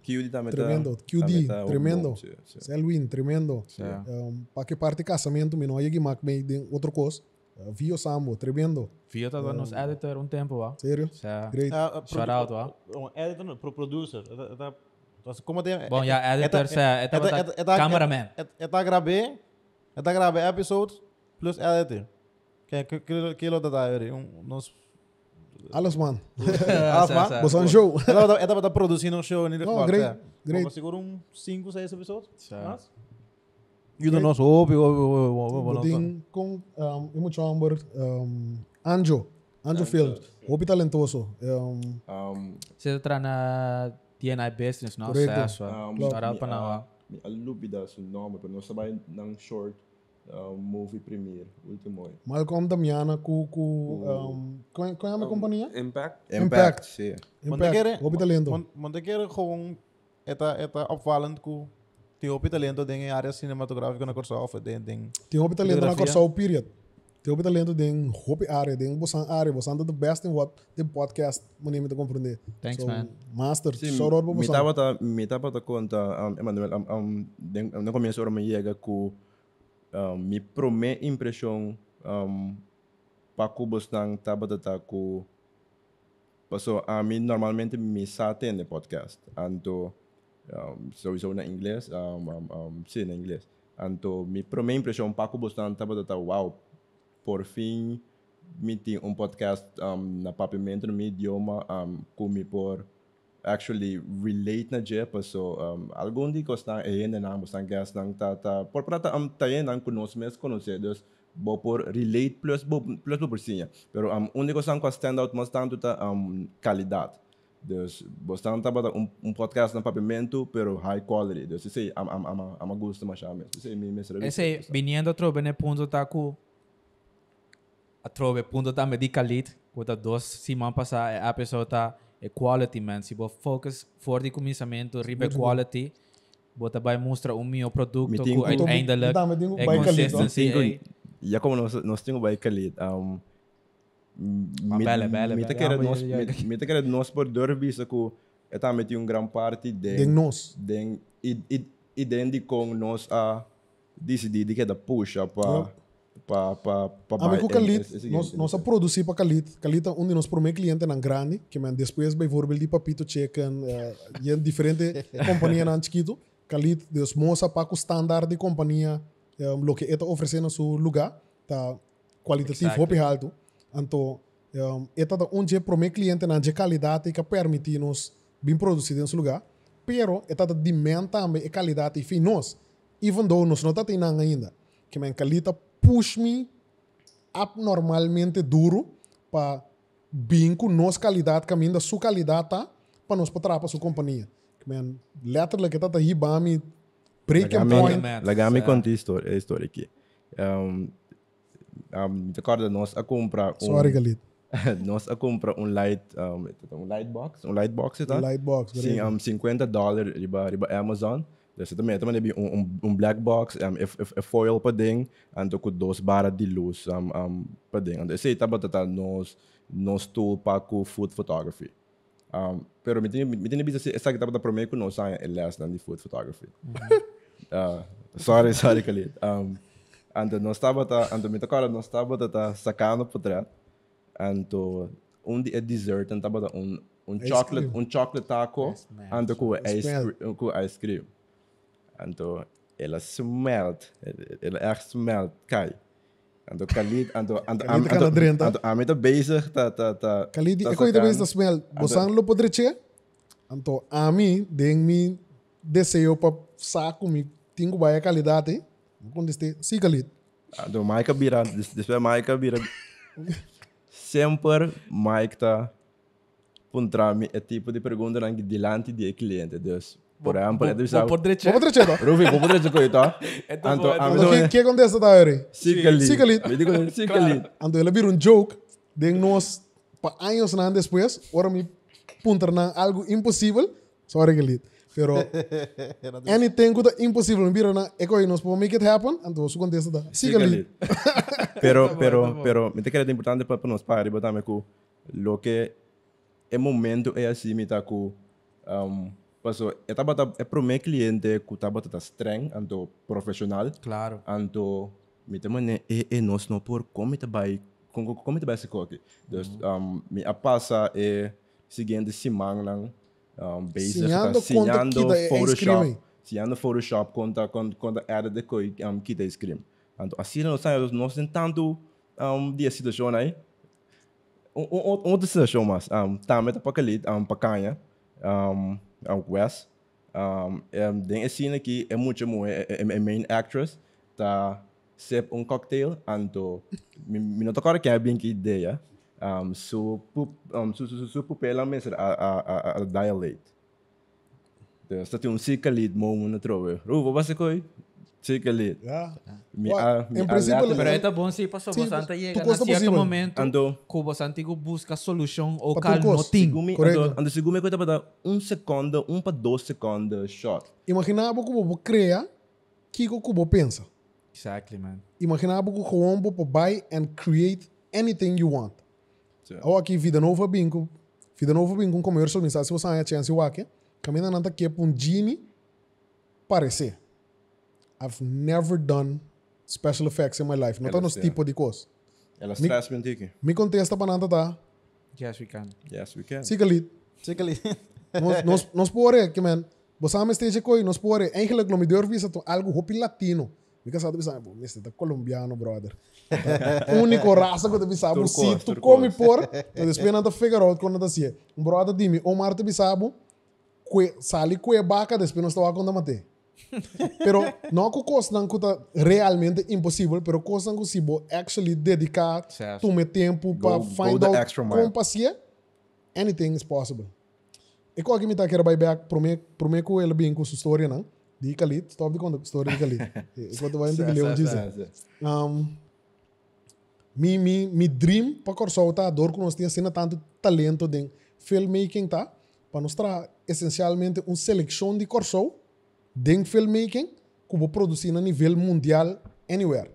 QD também tá. Tremendo. também QD, tá um tremendo. bom, sim, sim. Selwyn, tremendo. Um, para que parte casamento, me não que mac bem de outro coisa. Uh, Vio Sambo, tremendo. Vio tá nosso editor um tempo, ó. Sério? Sa- Great. Shout out, ó. Um editor, não, Ah, pro producer. é Eta- eta- tas- Como tem. é- Bom, já, editor, sa- eta bota cameraman. Está gravei. Está gravei é episode plus editor. Que é que que que lo da aí, um nós. Alles man. Sa- man, sa- Você é um show. Ela ela está produzindo um show nem Oh, great. Great. Seguro um 5, 6 episódios. Sa- Mas E do nosso hobby, hobby, hobby, hobby, Budin com um, e muito amor. Um, Anjo. Anjo Field. Hobby talentoso. Um, Um, Você entra na TNI Business, não? Correto. Acesso, ó. um, Shout out me- pra nós, ó. ah, me alúbida o nome, porque nós trabalhamos num short, ah, movie premiere, último. ano. Malcolm Damiana com. com um, qual é qual é a minha companhia? Impact. Impact. sim. Impact. Hobby talento. Monte kere gewoon het het opvallend ku die hobby talento ding in área cinematográfica na Corsa of ding ding. Tem hobby talento na Fotografia. Corsol, period. Tem hobby talento tem hobby área, tem bosan área, bosan the best in what the podcast, maneira me compreender. Thanks, man. Master, Sim, shout out pra me bosan. estava a me estava a contar, um, Emanuel, um, um, den- no começo eu me chega com um, me promete impressão um, para cubos não estava a estar com passou a mim normalmente me satem de podcast, anto um, sowieso na inglês, um, um, um, sim na inglês, anto me promete impressão para cubos não estava a estar wow, por fim me tem um podcast um, na papimento no meu idioma um, com me por actually relate na jepa so um, algum de costa é ainda não buscan gas não tá tá por um, prata am tá ainda não conosco mesmo conhecidos bo por relate plus bo plus bo por sinha pero um, único são com stand out mas tanto tá um, qualidade dus bostan tá bota um, um podcast na papimento pero high quality dus eu sei am am am am gosto mas chama eu sei me me serviço Ese, viniendo a Trobe, né, punto tá com... A Trobe, punto tá medicalit, quando dos semana passada, a pessoa tá é quality, man. Se você focus for de começamento, ribe quality, bota vai mostrar o meu produto, Me com tem- ainda ainda Então, me dá, me tem um é bike ali, então. consistency, é- já como nós nós temos vai calit um Ah, belle, belle, meta belle. que era Ah, maar nós ja, ja, ja. meta que era nós por derby isso que é também tem um grande parte de Tem nós. den i- i- identi com nós a decidir de que da puxa para para para para A mim Ah, com é, Calit, nós, né? nós a produzir para Calit. Calit é um de nossos primeiros clientes na grande, que man, depois, por exemplo, de Papito Chicken, eh, e em diferentes companhias na Antiquito. Calit, Deus mostra para o standard de companhia, eh, o que está oferecendo seu lugar, tá qualitativo, Exactly. hobby alto. Então, um, é um de primeiro cliente na de qualidade que permite nos bem produzir nesse lugar, pero é da demand também é qualidade e nós, even though nós não tá tendo ainda, que man, calita push me abnormalmente duro para bem com nossa qualidade, caminho da sua qualidade, tá? Para nós para para sua companhia. Man, literally que tá aí bami break and point. Legamente. Legami Sa- conta a história, a história aqui. Um, um, me recorda nós a comprar um Sorry, Galit. nós a comprar um light um, um light box, um light box tá? Lightbox. Sim, um, 50 dólares riba, riba Amazon. Dessa também, também tem um, um, um black box, um, é, é- é foil para dentro, e com duas barras de luz um, um, para dentro. Então, esse aí tá botando nos, nos tool para com food photography. Um, pero me tem me tem visto essa que tá botando para mim que não sai é less than de food photography. Ah, sorry, sorry, Khalid. Um, então, nós estava, então, me tocaram, nós estava tá sacando para trás. Então, um de- é dessert, então, estava um, um Ice chocolate, cream. um chocolate taco, ando com ice, Smell. cre- com ice cream. Então, ela smelt, ela ela echt smelt, cai. Então, Khalid, então, então, Khalid kan het erin, toch? então, a mim tá bezig, tá, tá, tá. Kalidi, ikaw ito guys na smell. Bosang lo podre che. Anto, ami, ding mi deseo pa saco mi tingo baya kalidade. Kundiste, si kalit. Então, Maica Bira, despe Maica Bira. Sempre Mike tá contrami é tipo de pergunta na diante de cliente, Deus. Por exemplo, é Vou por Vou direita. podre che, no? Rufi, vou poder dizer coisa, Het is Anto, wel- het anto, Que acontece da hora? Sicali. Sicali. Me digo, Sicali. Anto, ele vira um joke. Ding nos, pa anos na depois, ora mi puntar na algo impossível. Sorry, kalit. Pero, anything kuda impossível, vira na, eko nos po make it happen. Anto, su contesta da, si kalit. pero, pero, pero, me te queda importante para nós para botar-me com lo que é momento é assim, me tá com, um, Passou. Eu tava, tá- é pro meu cliente que tava tá estranho, ando profissional, Claro. ando me também e e nós não por como te vai como como te vai se coque. Dus Mm-hmm. um me a passa é seguinte semana um basic Sinhando tá conta que daí é Photoshop, escreve. sinhando Photoshop conta quando quando era de coi um que da escreve. Ando assim nós nós nós tentando um dia situação aí. Um- um- um- Outra situação mas um também tá para ali um pacanha um um West um em tem a cena que é muito mo é é- é main actress tá sip um cocktail ando me me não tocar que é bem que ideia um so pup um so so so- so pupela mesmo a a a- a a dilate Então, só tem um circa lead mo na trova. Ruvo, você coi? Circa lead. Yeah. Me Ué, a me em a princípio, lata- Pero esta bon sí pasó. Sí, Vos antes pues, llega tu a costa cierto posible. momento. Ando- Que vos antigo busca solución o Pa tu cal no costa. ting. Segumi, Correcto. ando, ando segumi ko dapat um segundo, um para dois segundos shot. Imaginava que eu cria, que o que eu pensa. Exactly, man. Imaginava que eu gewoon vou buy and create anything you want. Sim. Ou aqui, vida nova bingo. Vida nova bingo, um comércio organizado, se você não tinha chance, aqui, caminha na que para um genie parecer. I've never done special effects in my life. Não está Ela nos sim. tipo de coisa. Ela stress me um tiki. Me contesta para nada, tá? Yes, we can. Yes, we can. Siga ali. Nos- nos, nos pore, que man. Você me esteja coi, nos pore. Eigenlijk, não me deu visa to algo hopi latino. Me casado bisa, pô, mister, tá colombiano, brother. Tá Único raça que tu bisa, Turcos, se tu turcos. come por, tu despena da figure out quando tá sia. Um brother dime, o Marte bisa, que sali que vaca, depois não estava quando mate. Pero não que coisa não que tá realmente impossível, pero coisa que se bo actually dedicar, Certo. tu me tempo para Go- find go the out extra mile. como passia, anything is possible. E qual que me tá quer buyback pro me pro me com ele bem com sua história não? De Calit, stop de conta história de Calit. Enquanto vai entender onde dizer. Um, mi mi mi dream para Corsol tá dor que nós tinha sendo tanto talento de filmmaking tá para mostrar essencialmente uma seleção de Corsol de filmmaking que vou produzir a nível mundial anywhere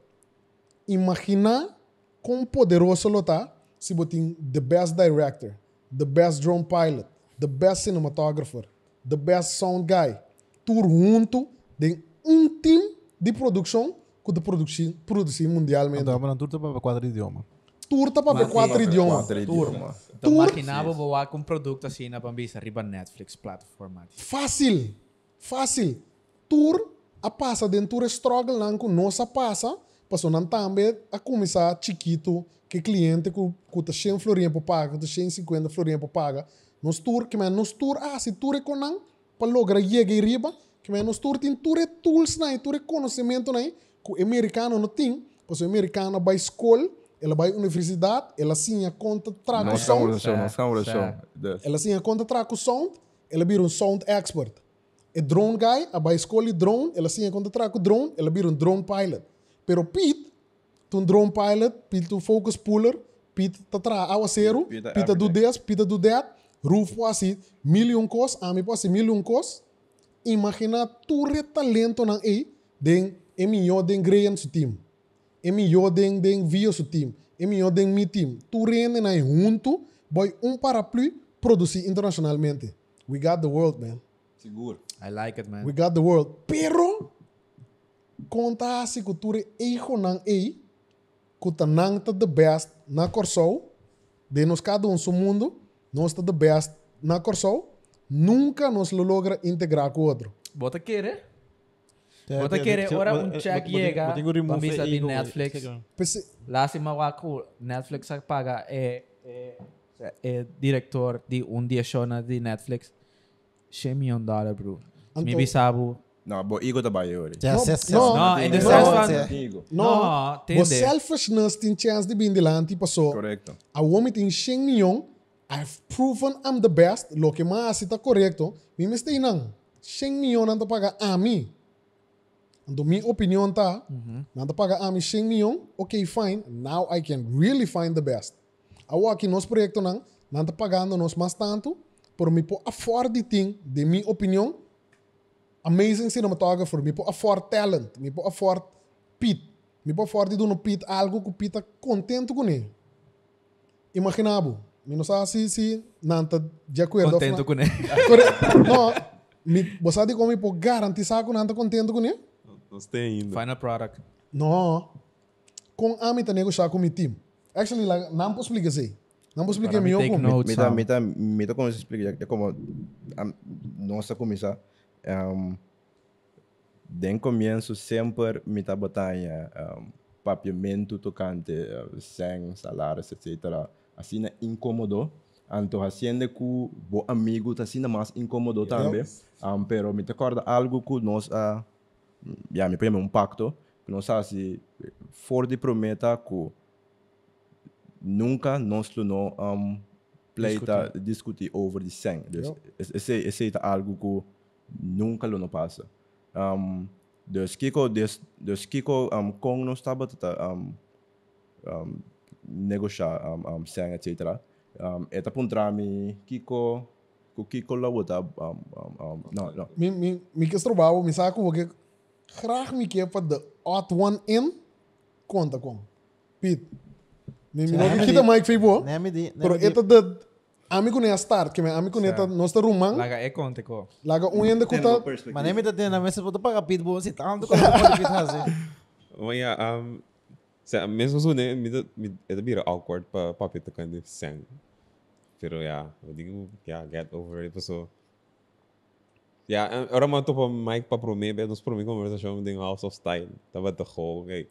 imaginar quão poderoso lo tá se botin the best director, the best drone pilot, the best cinematographer, the best sound guy, tudo junto de um time de produção que de produzir, produzir mundialmente. Andava na turta para quatro idiomas. Turta para quatro idiomas. Quatro idiomas. Te Tour- imaginaba vos com um produto assim na bambisa arriba Netflix plataforma. Fácil. Fácil. Tour a passa dentro do struggle não com nossa passa, passou não também a começar chiquito que cliente que que tá cheio florinha para paga, tá cheio 50 florinha para paga. Nos tour que men nos tour ah, se tour é com não para logra e riba, que men nos tour tem tour é tools não, tour é conhecimento não, que o americano não tem, pois o americano vai escola, ela vai universidade, ela sim a conta Não tradução. são relação, não são Certo, relação. certo. Yes. Ela assim, quando traga o sound, ela vira um sound expert. É drone guy, ela vai escolher drone, ela assim, quando traga o drone, ela vira um drone pilot. Pero Pete, tu um drone pilot, Pete tu focus puller, Pete tá tra ao acero, Pete Pete tá tá do everything. 10, Pete tá do 10, roof pode ser mil e um cos, a mim pode ser mil e um cos. Imagina tu retalento na ei, den é melhor den greia seu time. É melhor den den via seu time. É melhor den mi time. Tu rende na junto, boy um paraplu produzir internacionalmente. We got the world, man. Seguro. I like it, man. We got the world. Pero, conta se cultura eijo nan ei, kuta nan ta the best na Corsol, de nos cada um seu mundo, nós ta the best na Corsol, nunca nos lo logra integrar com o outro. Bota querer. Bota querer ora eh, um check llega bambisa de Netflix. Pense, Lástima wa ku Netflix paga eh, é é é diretor de um dia show na de Netflix. Shame me on dollar, bro. Me Anto- bisabo. Não, tá bo ego trabalha hoje. é No, No, in the no, sense no, one- Ego. No, o entende. selfishness tem chance de vir de lá, tipo só, Correcto. a homem tem 100 milhões, I've proven I'm the best, lo que mais está correto, me mestei não. 100 milhões não tá paga a mim. Então, minha opinião tá, não tá paga a mim 100 milhões, ok, fine, now I can really find the best. Agora aqui nosso projeto não, não tá pagando nós mais tanto, por me pôr a fora de ting, de minha opinião, amazing cinematographer, me pôr a fora talent, me pôr a fora Pete, me pôr a fora de dono Pete, algo que o Pete tá contente com ele imaginavo. Me não sabe se se não tá de acordo. Contento com ele. Corre- Não, Mi, você sabe como eu garantizar que não está contente com ele? Nós tem ainda. Final product. Não. Com a mim também gostar com o meu time. Actually, like, não posso explicar assim. Não posso Para explicar me melhor take como. notes. Meta, sabe? meta, meta como se explica, é como a nossa comissão. Um, desde o começo, sempre me está botando um, papiamento tocante, eh, sem salários, etc. Assim, né, incomodou. Então, haciendo que o bom amigo está sendo mais incômodo também. Um, pero me recorda algo que nós, ah, já me põe um pacto, que nós assim, Ford prometa que nunca nós não um, pleita discutir over Deci, de sangue. Dus esse- esse esse é algo que nunca não passa. Um, dus Kiko, dus, dus Kiko um, com nós estava um, um, negociar um, um, sangue, etc. Um, eta puntrami Kiko, ku Kiko lá bota um, um, um, não, não. Mi, mi, mi que trabalho, me saco porque graag me quer para the odd one in conta com. Pete. Me me Sim, não mas quita de- mais que foi boa. Nem me di. Pero esta da amigo nem a start, que meu amigo nem tá nossa rumã, Laga é conte ko. laga um ainda com tá Mas nem me dá na mesa para pagar pitbull assim, tanto como pode ficar assim. Maar ja, um, sa, mesmo zo, né? Me dá, me, é da bira awkward para papi tocando sangue. Pero, ja, eu digo, ja, get over it, pessoal. Ja, en era uma topa Mike para promer, bem, nos promer conversação de House of Style. Tava de go, ok.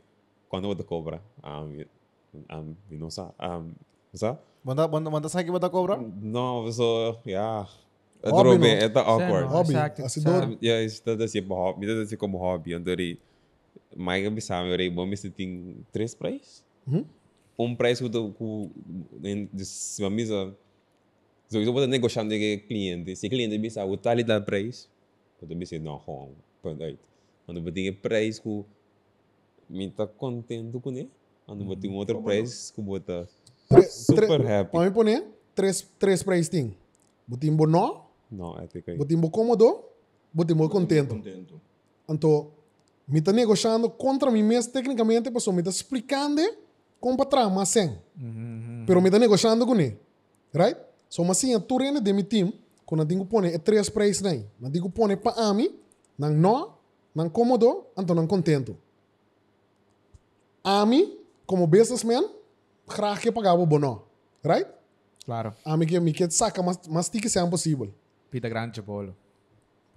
Quando eu te cobra, um, um, e não sa, um, sa? Manda, manda, manda sair que vai dar cobra. Não, pessoal, ja. É Hobby, drobe, não? é da awkward. Zeg maar, Hobby, exact, als je exact. door- Ja, is dat is je hobby. Dat is je assim, como hobby. Omdat je... Maar ik heb samen een bom is het ding tres prijs. Um prijs que eu dus uma mesa. So, eu vou negociar com cliente. Se cliente me sabe o tal e tal preço, eu também sei não, home. Ponto aí. Quando eu tenho preço que me está contente com ele, quando eu tenho outro preço que eu estou super happy. Para mim poner três três para este. Botim bo nó, Não, é que botim bo cômodo, botim bo contento. contento. Então, me está negociando contra mim mesmo tecnicamente, pessoal, me está explicando como para trás, mas sem. Pero me está negociando com ele. Right? So, mas sim, a turena de meu time, quando eu digo pone, é três preços daí. Eu digo pone para mim, não nó, não cômodo, então não contento. A mim, como businessman, graag que pagava o bono. Right? Claro. A mim que me quer saca, mas, mas tem que ser possível. Pita grande bolo.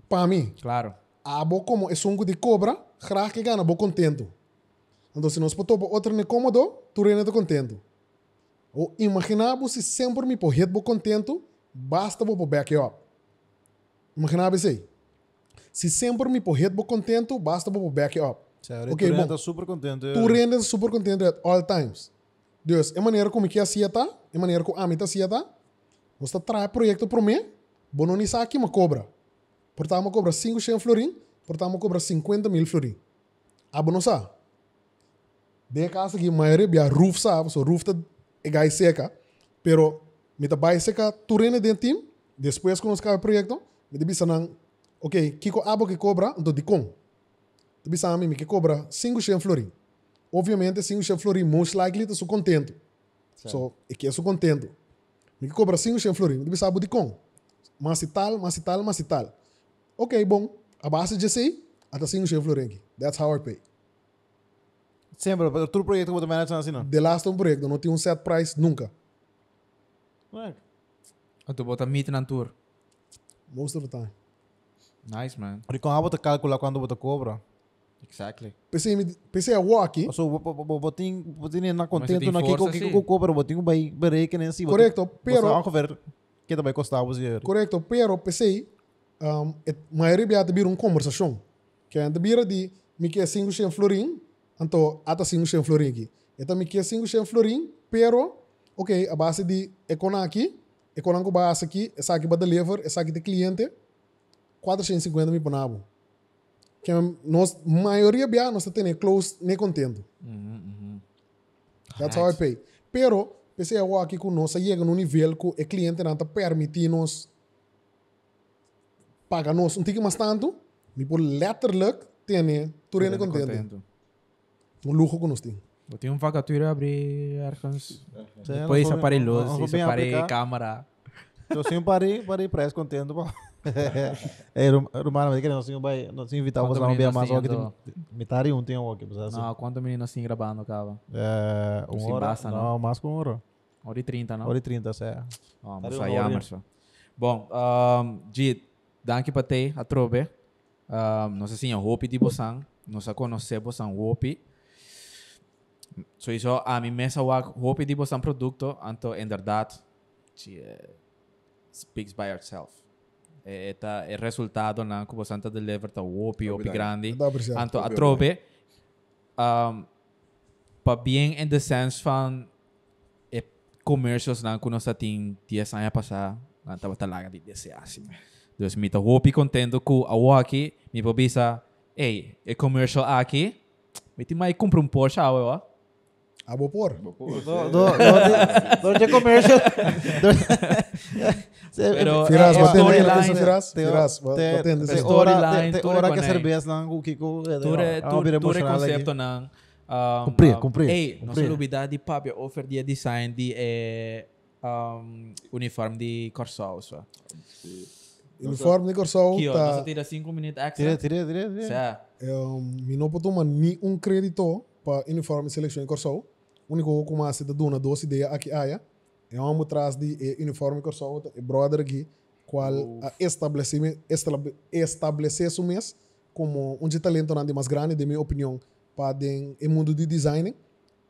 Para mim, Claro. abo como es un de cobra, graag que gana, bo contento. Entonces, nós potamos outro ne cômodo, tu reina tá contento. Ou imaginava se sempre me porret bo contento, basta bo po back up. Imaginava isso aí. Se sempre me porret bo contento, basta bo po back up. Ok, Ok, bom. bom. Tá super contente. Tu reina super contento at all times. Deus, é maneira como que a sieta, é maneira como a mim tá sieta. Nós tá trai projeto para mim, bom não nisa aqui uma cobra. Portamos cobra 5 100 florim, portamos cobra 50 mil Ah, florim. A bom não sa. De casa que maioria bia roof sa, so roof tá é gai seca, pero me tá bai seca tu reina dentro tim, depois quando acaba o projeto, me debi sanan, ok, kiko abo que cobra, então de como? Debi sa mim que cobra 5 100 florim obviamente assim o chefe Florim most likely está só contente só é que é só contente me que cobra assim o chefe Florim deve saber de com mas e tal mas e tal mas e tal ok bom a base de sei até assim o chefe Florim aqui that's how I pay Sempre, para todo projeto que eu vou manejar assim, não. the last um projeto não tem um set price nunca Ué, O tu bota meet na tour. most of the time Nice, man. Porque com a bota calcula quando bota cobra. Exactly. pensei me- pensei é a walk aqui Passou, botinho, botinho na Mas você contento, tem na que força, que sim. que cobra, botinho vai berei que nem assim. Correcto, pero- Mas algo ver que também custava você. Correcto, pero pensei, um, et, maioria bia tabir um conversação. Que a tabira de me quer cinco chem florim, então ata cinco chem florim aqui. Então me quer cinco chem florim, pero, ok, a base de econa aqui, econa com base aqui, essa aqui para deliver, essa aqui de cliente, 450 mil panabo. Que nós, maioria bia, nós tem close, nem contento. Uhum, That's how I pay. Pero, pensei eu aqui com nós, chega num nível que o cliente não está permitindo nos pagar nós um ticket mais tanto, me por letterlijk tem tu rende contente. Um luxo que nós tem. Eu tenho um vacatura a abrir arcans. Sim, Depois nós vamos- separei nós luz, vamos bem separei aplicar. câmera. Então, sim, parei, parei, parece contento. pá. Ei, Rum- Romano, mas que nós tínhamos vai- nós tínhamos invitado Quanto você a um bem menino mais nós ó, que tem tínhamos, metade um tem um que precisa assim. Não, quanto menino assim gravando, cara? É, Sim, uma hora, basta, não, não. mais que uma hora. Hora e 30, não? Uma hora e trinta, é. Oh, Daar moest doen wel we wel jammer zo. Bom, ehm Jit, dank je patei, a trobe. Ehm nossa senha Hopi de Bossang, nossa conhecer Bossang Hopi. So isso a mim mesa wak Hopi de Bossang produto, anto inderdaad, die, eh, speaks by itself. É, tá, é resultado na que você deliver tá Hopi, Hopi grande. Dá pra ser. Anto a trobe, um, pa bien in the sense van eh, commercials na kuno sa ting tiya sa nga pasa na tawa talaga di dese asim. Dus mi ta hopi contento ku awaki mi pobisa hey, e commercial aki mi ti mai compro un Porsche awe wa. Ah, vou pôr. Do, do, do, do commercial. Pero, Firas, eh, vou atender. storyline, essa, Firas, Te- Firas, vou te- atender. te essa. storyline, ora- te- te tudo ora que conecta. cerveja lang o Kiko. eh, Ture, ah, ture, vira ture emocional aqui. concepto ng um, Cumprir, um, cumprir, Ei, não se cumprir. olvidar de papi, offer de design de eh, um, uniforme de Corsol. So. Uniforme de Corsol. Aqui, ó, tá- não se tira 5 minutos Tire, extra. tire, tire, tire. Sa, Eu não posso tomar nenhum crédito para uniforme de seleção em Corsol. O único que eu comecei a dar duas ideias aqui aí é um atrás de eh, uniforme Corsol, o brother aqui, qual a estabelecime- estab- estabelece-se mesmo como um de talento nada mais grande, de minha opinião, para o mundo de design,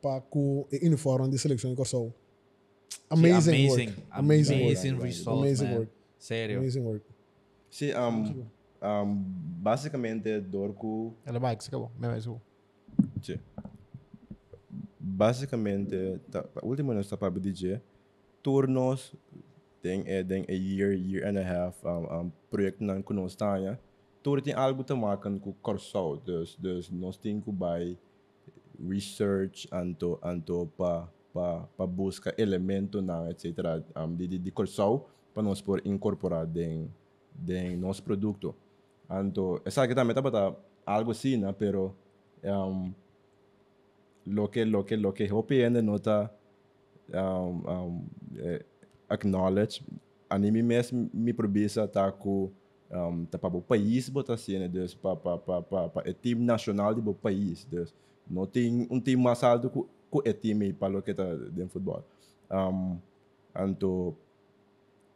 para o uniforme de seleção em Corsol. Amazing, amazing, work. Amazing, work. amazing result, Amazing man. work. Sério. Amazing work. Sim, um, um, basicamente, Dorco. Ela vai, que se acabou. Meu, é isso. Tchê. Basicamente, tá, a última nós tá para DJ, turnos tem é tem a year, year and a half um, um projeto não que nós tá, né? Tudo tem algo a ver com corso, dus dus nós tem que vai research anto anto pa pa pa busca elemento na etc. Um, de de, de corso para nós por incorporar den den nosso produto. Anto, essa que também tá para algo assim, né? Pero um, lo que lo que lo que HPN nota um, um, eh, acknowledge a mim mesmo me probisa tá com um, tá para o país botar assim né Deus para para para para para o time nacional do país Deus não tem um time mais alto que que o time para lo que tá de futebol um, então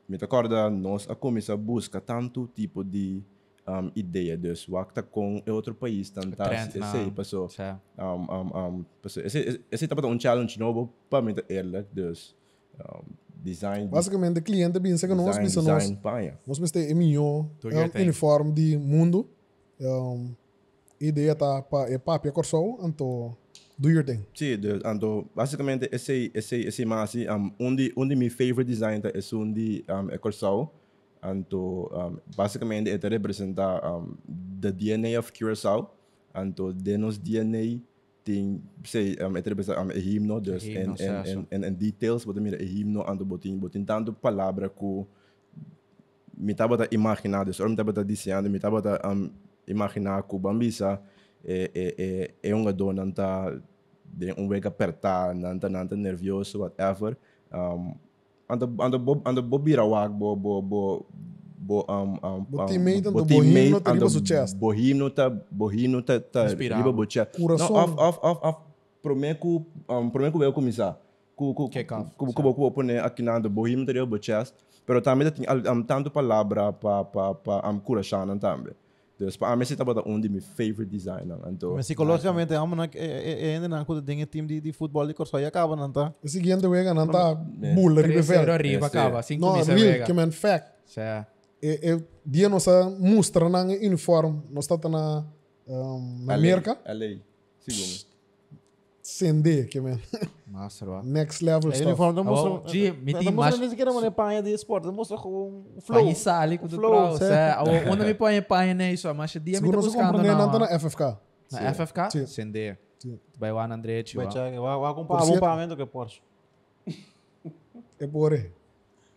me acorda nós a começar a buscar tanto tipo de um, ideia Deus o que tá com outro país tantas Trend na- sei passou Sa. Um, um, um, dus is het- is het een challenge nobo, maar met eerlijk, dus eh, um, design, Basicamente, cliente bem, que nós, design, pensa nós. design, ya? paan ja. Nós temos ter MIO, Do é your um thing. uniforme de mundo. É um, ideia tá para é papia corsol, então do your thing. Zie je, dus, en dan, basicamente, esse, esse, esse masi, um, onde, onde mijn favorite design ta is onde, um, ik er zou, en dan, um, basicamente, het representa um, the DNA of Curaçao, en dan, de nos DNA, ting, sei, um, het representa um, een hymno, dus, Een hymno, en, en, zelfs, en, en, en details, wat meer een hymno, en dan, botin, botin, tanto palabra, ku, me estava a imaginar, eu me estava dizendo, me estava a um, imaginar que o Bambisa é, é, é, é um gadão, não está de um wega apertar, não está não tá nervioso, whatever. Um, anda anda bo anda bo birawag bo bo bo bo um um Bo um, teammate, ando bo himno, tá riba su chest. bo himno tá bo himno tá tá Inspirado. riba bo chest Non, Coração. não of of of of prometo um prometo que eu começar cu cu Kickoff. como como como pone aqui na do bohim teria bochas pero também tem al- am tanto palavra pa pa pa am curachana também então para mim se tá bota um de meu favorite designer então Mas psicologicamente, é uma ainda não quando tem um time de, de futebol de Corsó e acaba, não tá? O seguinte wega não tá bula de 3 é. euro bebê. arriba, Yes, acaba. yeah. 5 Não, é minutos real, arriba. que man fact. Sa. É, é dia nossa mostra na uniforme, nós tá na um, na merca, LA segundo sende que man Master, wa. next level É stuff. uniforme, não Oh, mostra. G, me tem Não mostra mais... nem sequer uma panha de esporte, não mostra com o flow. Pai sali com o Flow, Crow, Ah, oh, sa. sa. Onde me põe pai nisso, mas esse dia me tá Seguro nós buscando Eh, compreendemos não tá não. na FFK. Na FFK? Sim. Sender. Sim. Vai lá, André, tio. Vai, Thiago, vai, vai comprar Por um cierto- pagamento que é Porsche. É por aí.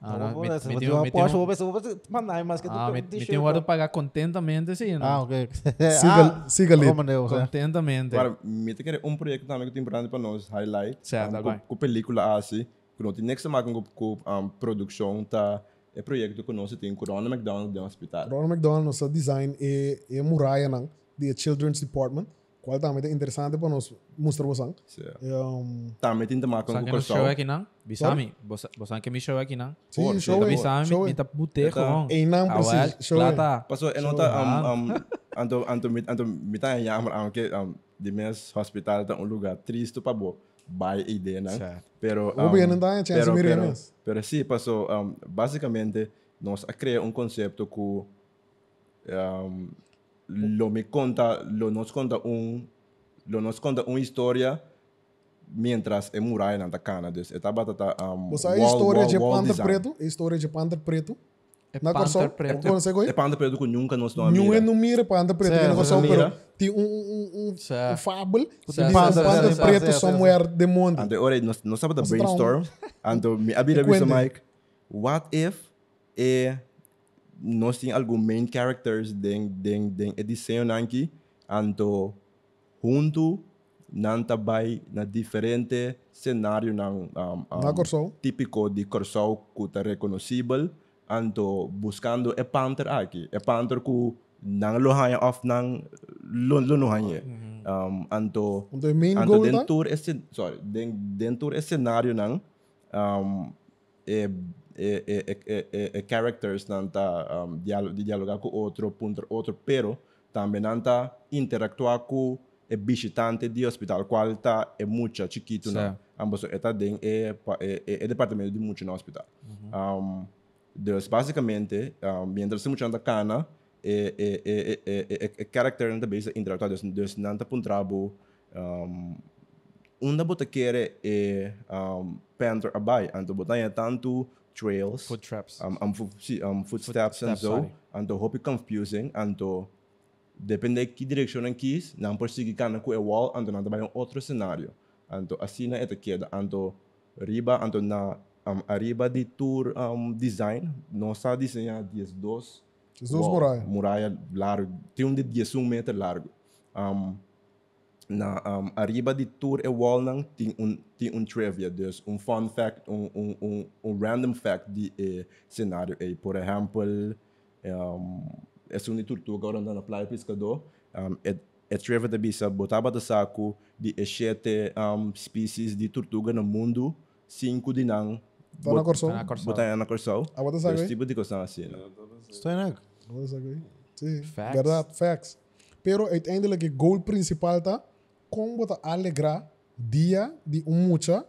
Ah, Então, não, vou me- nessa, me vou tem ter um- uma me tem Porsche, um- vou ver se eu vou ver se- mandar mais que Ah, tu me, tem um me tem t-shirt, um hora tá? de pagar contentamente, assim, não? Ah, ok. Siga- siga ali. Como Deus, é. Contentamente. agora me tem que um projeto também que tem importante para nós highlight Certo, um, agora. com, com película assim que não tem nem que se marcar com com um, produção tá é projeto que nós tem com Ronald McDonald de um hospital. Ronald McDonald, nosso design é, é muralha, não, de Children's Department, qual também é interessante para nós mostrar vocês. Certo. É, um, Também tem que tomar com Saan o kemi show eh, pessoal. aqui não? Bisami. Bosa- Bosan kemi show aqui não? Sim, Pô, show tá é, Bisami, show é. me tá bute Eta, gewoon. em não Ah, precisa. wel, show é. Plata. Passou, eu não tá um um anto anto mit anto mita em amor anke um de mes hospital tá um lugar triste para bo by ideia, né? Certo. Pero um, Ou bem, não dá a chance pero- de mirar pero- mesmo. Pero sim, passou um, basicamente nós a criar um conceito que um, lo me conta, lo nos conta um, lo nos conta uma história mientras é muralha na Cana, dus é batata um, Você a wall- história wall- de wall Panther design. Preto, a história de Panther Preto. É Na Corsol, Panther Preto. não consegue É ir? panther preto que nunca nós não Nenhum mira. é não mira Panther Preto, é que Certo, não consegue, não mira. pero tem um, um, um, um Certo. fable, que Certo, diz Panther, certo, Panther certo, Preto certo, somewhere de mundo. Ante ora nós nós sabe da Nossa, trauma. brainstorm. um, Ante me abira visa Cuente. Mike. What if eh, é nós tem algum main characters den den den é desenho nanki anto oh, junto nanta vai na diferente cenário nan um, um, Na Corsol. típico de Corsol que tá reconhecível anto oh, buscando é panther aqui é panther que não lo hanya off não lo lo não hanya um, anto Então, o main Anto goal tá? dentro esse, sorry, den- dentro esse cenário não um, é, é, é, é, é, é, é characters não tá um, diálogo, de dialogar com outro ponto outro, pero também não tá interactuar com é visitante de hospital, qual tá é muito chiquito, não. Certo. Ambos é tá den é, pa- é, é, é departamento de muito no hospital. Um, dus basicamente, um, mientras muito anda cana, é é é é é, é, é character não tá bem interactuar, dus dus não tá puntrabo um, Una bota quer é um, Panther Abai, anto botanha tanto trails, Foot traps. um, um, fu- si- um, footsteps, and Footsteps, so, sorry. anto hopi confusing, anto depende que direção em que is, não persegui cana com a e wall, anto não trabalha em outro cenário, anto assim na eta queda, anto riba, anto na um, arriba de tour um, design, não está desenhar 12 As duas wall, muralhas. Muralha largo, tem um de 11 metros largo. Um, na um, arriba de Tour e Walnang tem um tem um trivia, dus um fun fact, um um um, um random fact de eh, cenário. E, por exemplo, um, é um de tortuga orando na praia pescador. Um, é é trivia da bisa botava do saco de eh, sete um, species de tortuga no mundo, cinco de não. Tá na Corsol. Na Corsol. Botar na Corsol. Ah, bota saco Esse aí. tipo de coisa assim. né? Estou em Vamos ver aqui. Sim, Facts. verdade, facts. Pero uiteindelijk, o goal principal tá como botar alegrar dia de um mucha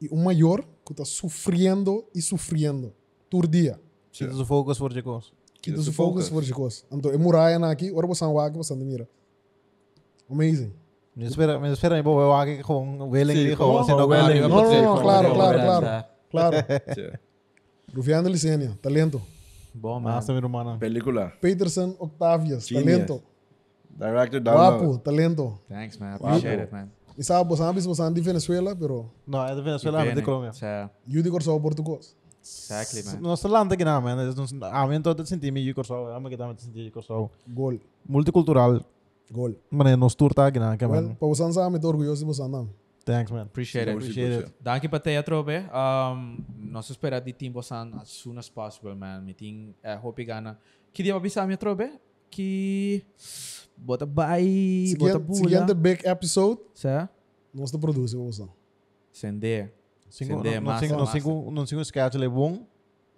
e um maior que está sofrendo e sofrendo todo dia. Se tu focus por Jacobs. Que Isso dos focus. focos por de coisa. Então, é muralha na aqui, ora bosan wag, bosan de mira. Amazing. Me espera, me espera, bom, eu aqui com Sim, Welling, gewoon com sendo Welling. Welling. Não, Não, não, pode ser, não, como claro, não, claro, verdade, claro. Claro. Sim. Rufiano Licenia, talento. Bom, man. Nossa, minha irmã. não. Película. Peterson Octavius, Genius. talento. Director Guapo, talento. Thanks, man. I appreciate it, man. E sabe, bosan, bosan de Venezuela, pero Não, é da Venezuela, é da Colômbia. Yeah, eu de Corsol português. exactly, man. Nosso land aqui não, mano. A mim todo senti meio Jacobs, a mim que também senti Jacobs. Gol, Multicultural, gol. mano, nos turta aqui não, que Well, er mano. para vocês sabem, estou orgulhoso de vocês, não. Thanks, man. Appreciate it. Appreciate it. Danke pa tayo, trobe. Um, nós esperar de Team Bosan as soon as possible, man. Me ting, eh, hope gana. Que dia mabisa mi, trobe? Que... Bota bye, bota Seguinte, bula. seguinte big episode, Sa? nós te produzimos vocês. Sende. Cinco, Sende, não massa, cinco, não massa. cinco, não cinco sketch ele é bom.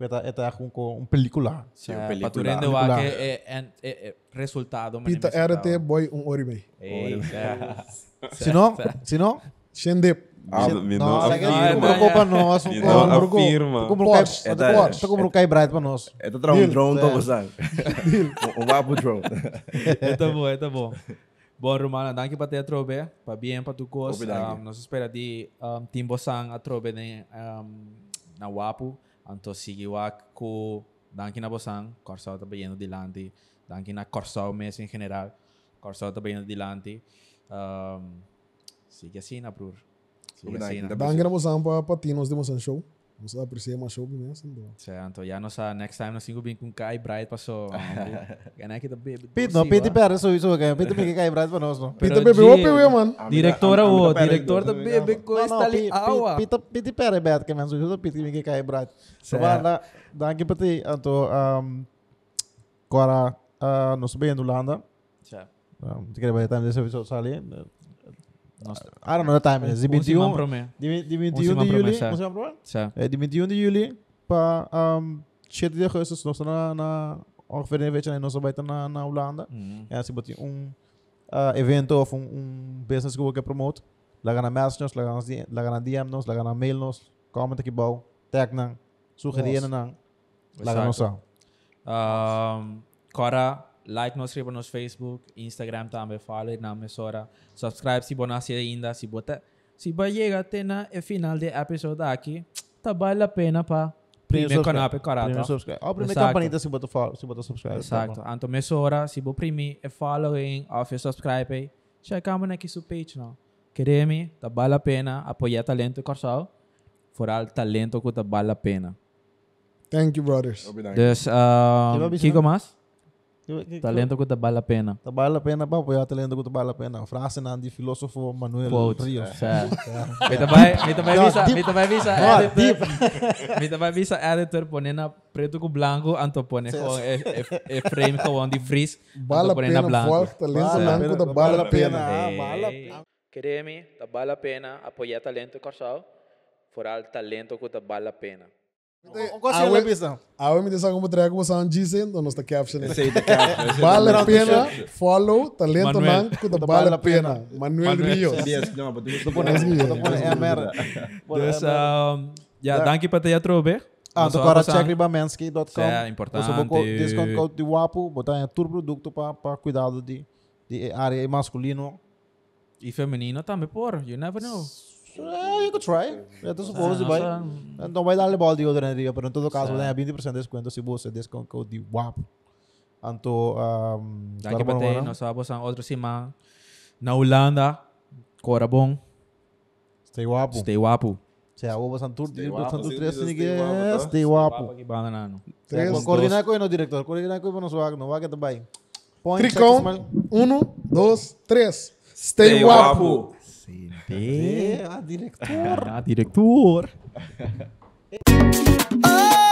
Eta, eta com com um película. Sim, Sa, película. paturende wa Película. que é, é, é, é resultado, man. Pita é resultado. RT Boy, um hora e meio. Ei, sa. Se não, se não, Xendep. Ah, me não não, afirma. afirma. preocupa nós, Me não, não preocupa. afirma. Como Porsche, cai, é da- Porsche, eh, como o cai bright para nós. É tá um drone, tô gostando. Um guapo drone. Ito po, ito po. Bom, Romana, danke pa tayo, Trobe. Pa bien pa tukos. Obi, danke. Um, nos espera di um, Timbo Sang a Trobe ni um, na Wapu. Anto sige wak ko danke na Bosang. Corsaw ta bayendo dilanti. Danke na Corsaw mes in general. Corsaw ta bayendo dilanti. Um, sige sina, bror. Sige Obi, danke. sina. Dab- Danke a vocês para Patinos de Moçan Show. Não sei por si, mas show né? Assim, bom. Certo, já não sabe, next time nós cinco bem com Kai Bright passou. Quem é que tá bebendo? Pete não, Pete pera, isso isso aqui. Pete me cai brado para nós não. Pita bebeu, bebeu, mano. Diretora, Amiga- o amiga pera, diretor da eh, então, bebê coisa tá ali. Aua. Pete Pete pera é bad que menos isso Pete me cai brado. Certo. Agora dá aqui para ti, então agora ah, nós bem do Landa. Certo. Te quero ver também desse episódio sali. Nossa. I don't know the time. Um simão 21 pra mim. de 21 Onziman de juli. promessa. Onziman promessa? Certo. Eh, die met die jullie, pa, um, 7 de agosto, nós na, na ongeveer een beetje nós vamos na, na Holanda. Uhum. Ja, se botem um ah, evento ou um, um business que eu quero promote, laga na message nós, laga na DM- laga na DM nós, laga na mail nós, comenta aqui bom, tag nang, sugerindo nang, laga nós Exato. só. Um, Cora, like nos escreva nos Facebook, Instagram também, fala na emissora. Subscribe se você nasce ainda. Se você se você chega até na e final do episódio aqui, tá vale a pena para primeiro subscribe. canal para Primeiro carata. subscribe. Ó, primeiro Exato. campanita se botou follow, se botou subscribe. Exato. Então, emissora, se você primi e following, of e subscribe, aí, checamos aqui sua page, não? Queremos, tá vale a pena apoiar talento corsal, fora o talento que tá vale a pena. Thank you, brothers. Obrigado. Dus, um, Bisma? Kiko mais? Talento. Talento que tá vale a pena. Tá vale a pena, papo, eu talento que tá vale a pena. Frase na de filósofo Manuel quote. Rios. Certo. Mita vai, mita vai No, visa, deep. mita vai visa No, editor. Mita vai visa editor pone na preto com blanco, anto pone com e, e, e frame com de freeze, Bala anto a pone na pena, blanco. volta, lenço branco da bala a pena. Ah, Queremos, tá Eh, vale a pena apoiar talento corsal, fora o talento que tá vale a pena. Um conselho, Ah, Bisão. Aí me disse como treco, você não disse, então nós tá caption. aí. Aceita, cara. Vale a pena, follow, talento Manuel. não, que da bala a pena. Manuel Rios. Yes, não, mas tu não Mas, pode. yeah. É a merda. Dus, um, ja, dankie para ter atrobe. Ah, do cara checkribamensky.com. É, importante. Você botou discount code de WAPO, botar em tour produto para cuidado de, de área masculino. E feminino também, por, you never know. É, you could try. Eu tô suposto, Ah, vai. nossa. Certo. Não vai dar bola de outra energia, mas em todo caso, vai dar 20% de desconto se você discount code de WAPO. Então, um, Daqui para ter, nós vamos a outro cima na Holanda. Cora bom, Stay WAPO. stay guapo. Se a UBA Santur, Stay wapo, Santur sim, 3, stay ninguém. wapo, tá? Stay WAPO. Aqui banana. Três, Coordinar com o diretor, coordinar com o nosso vago, não vaga também. Põe Tricão, um, dois, três. Stay guapo. Sempre. É, a diretor. Ah, diretor. Oh,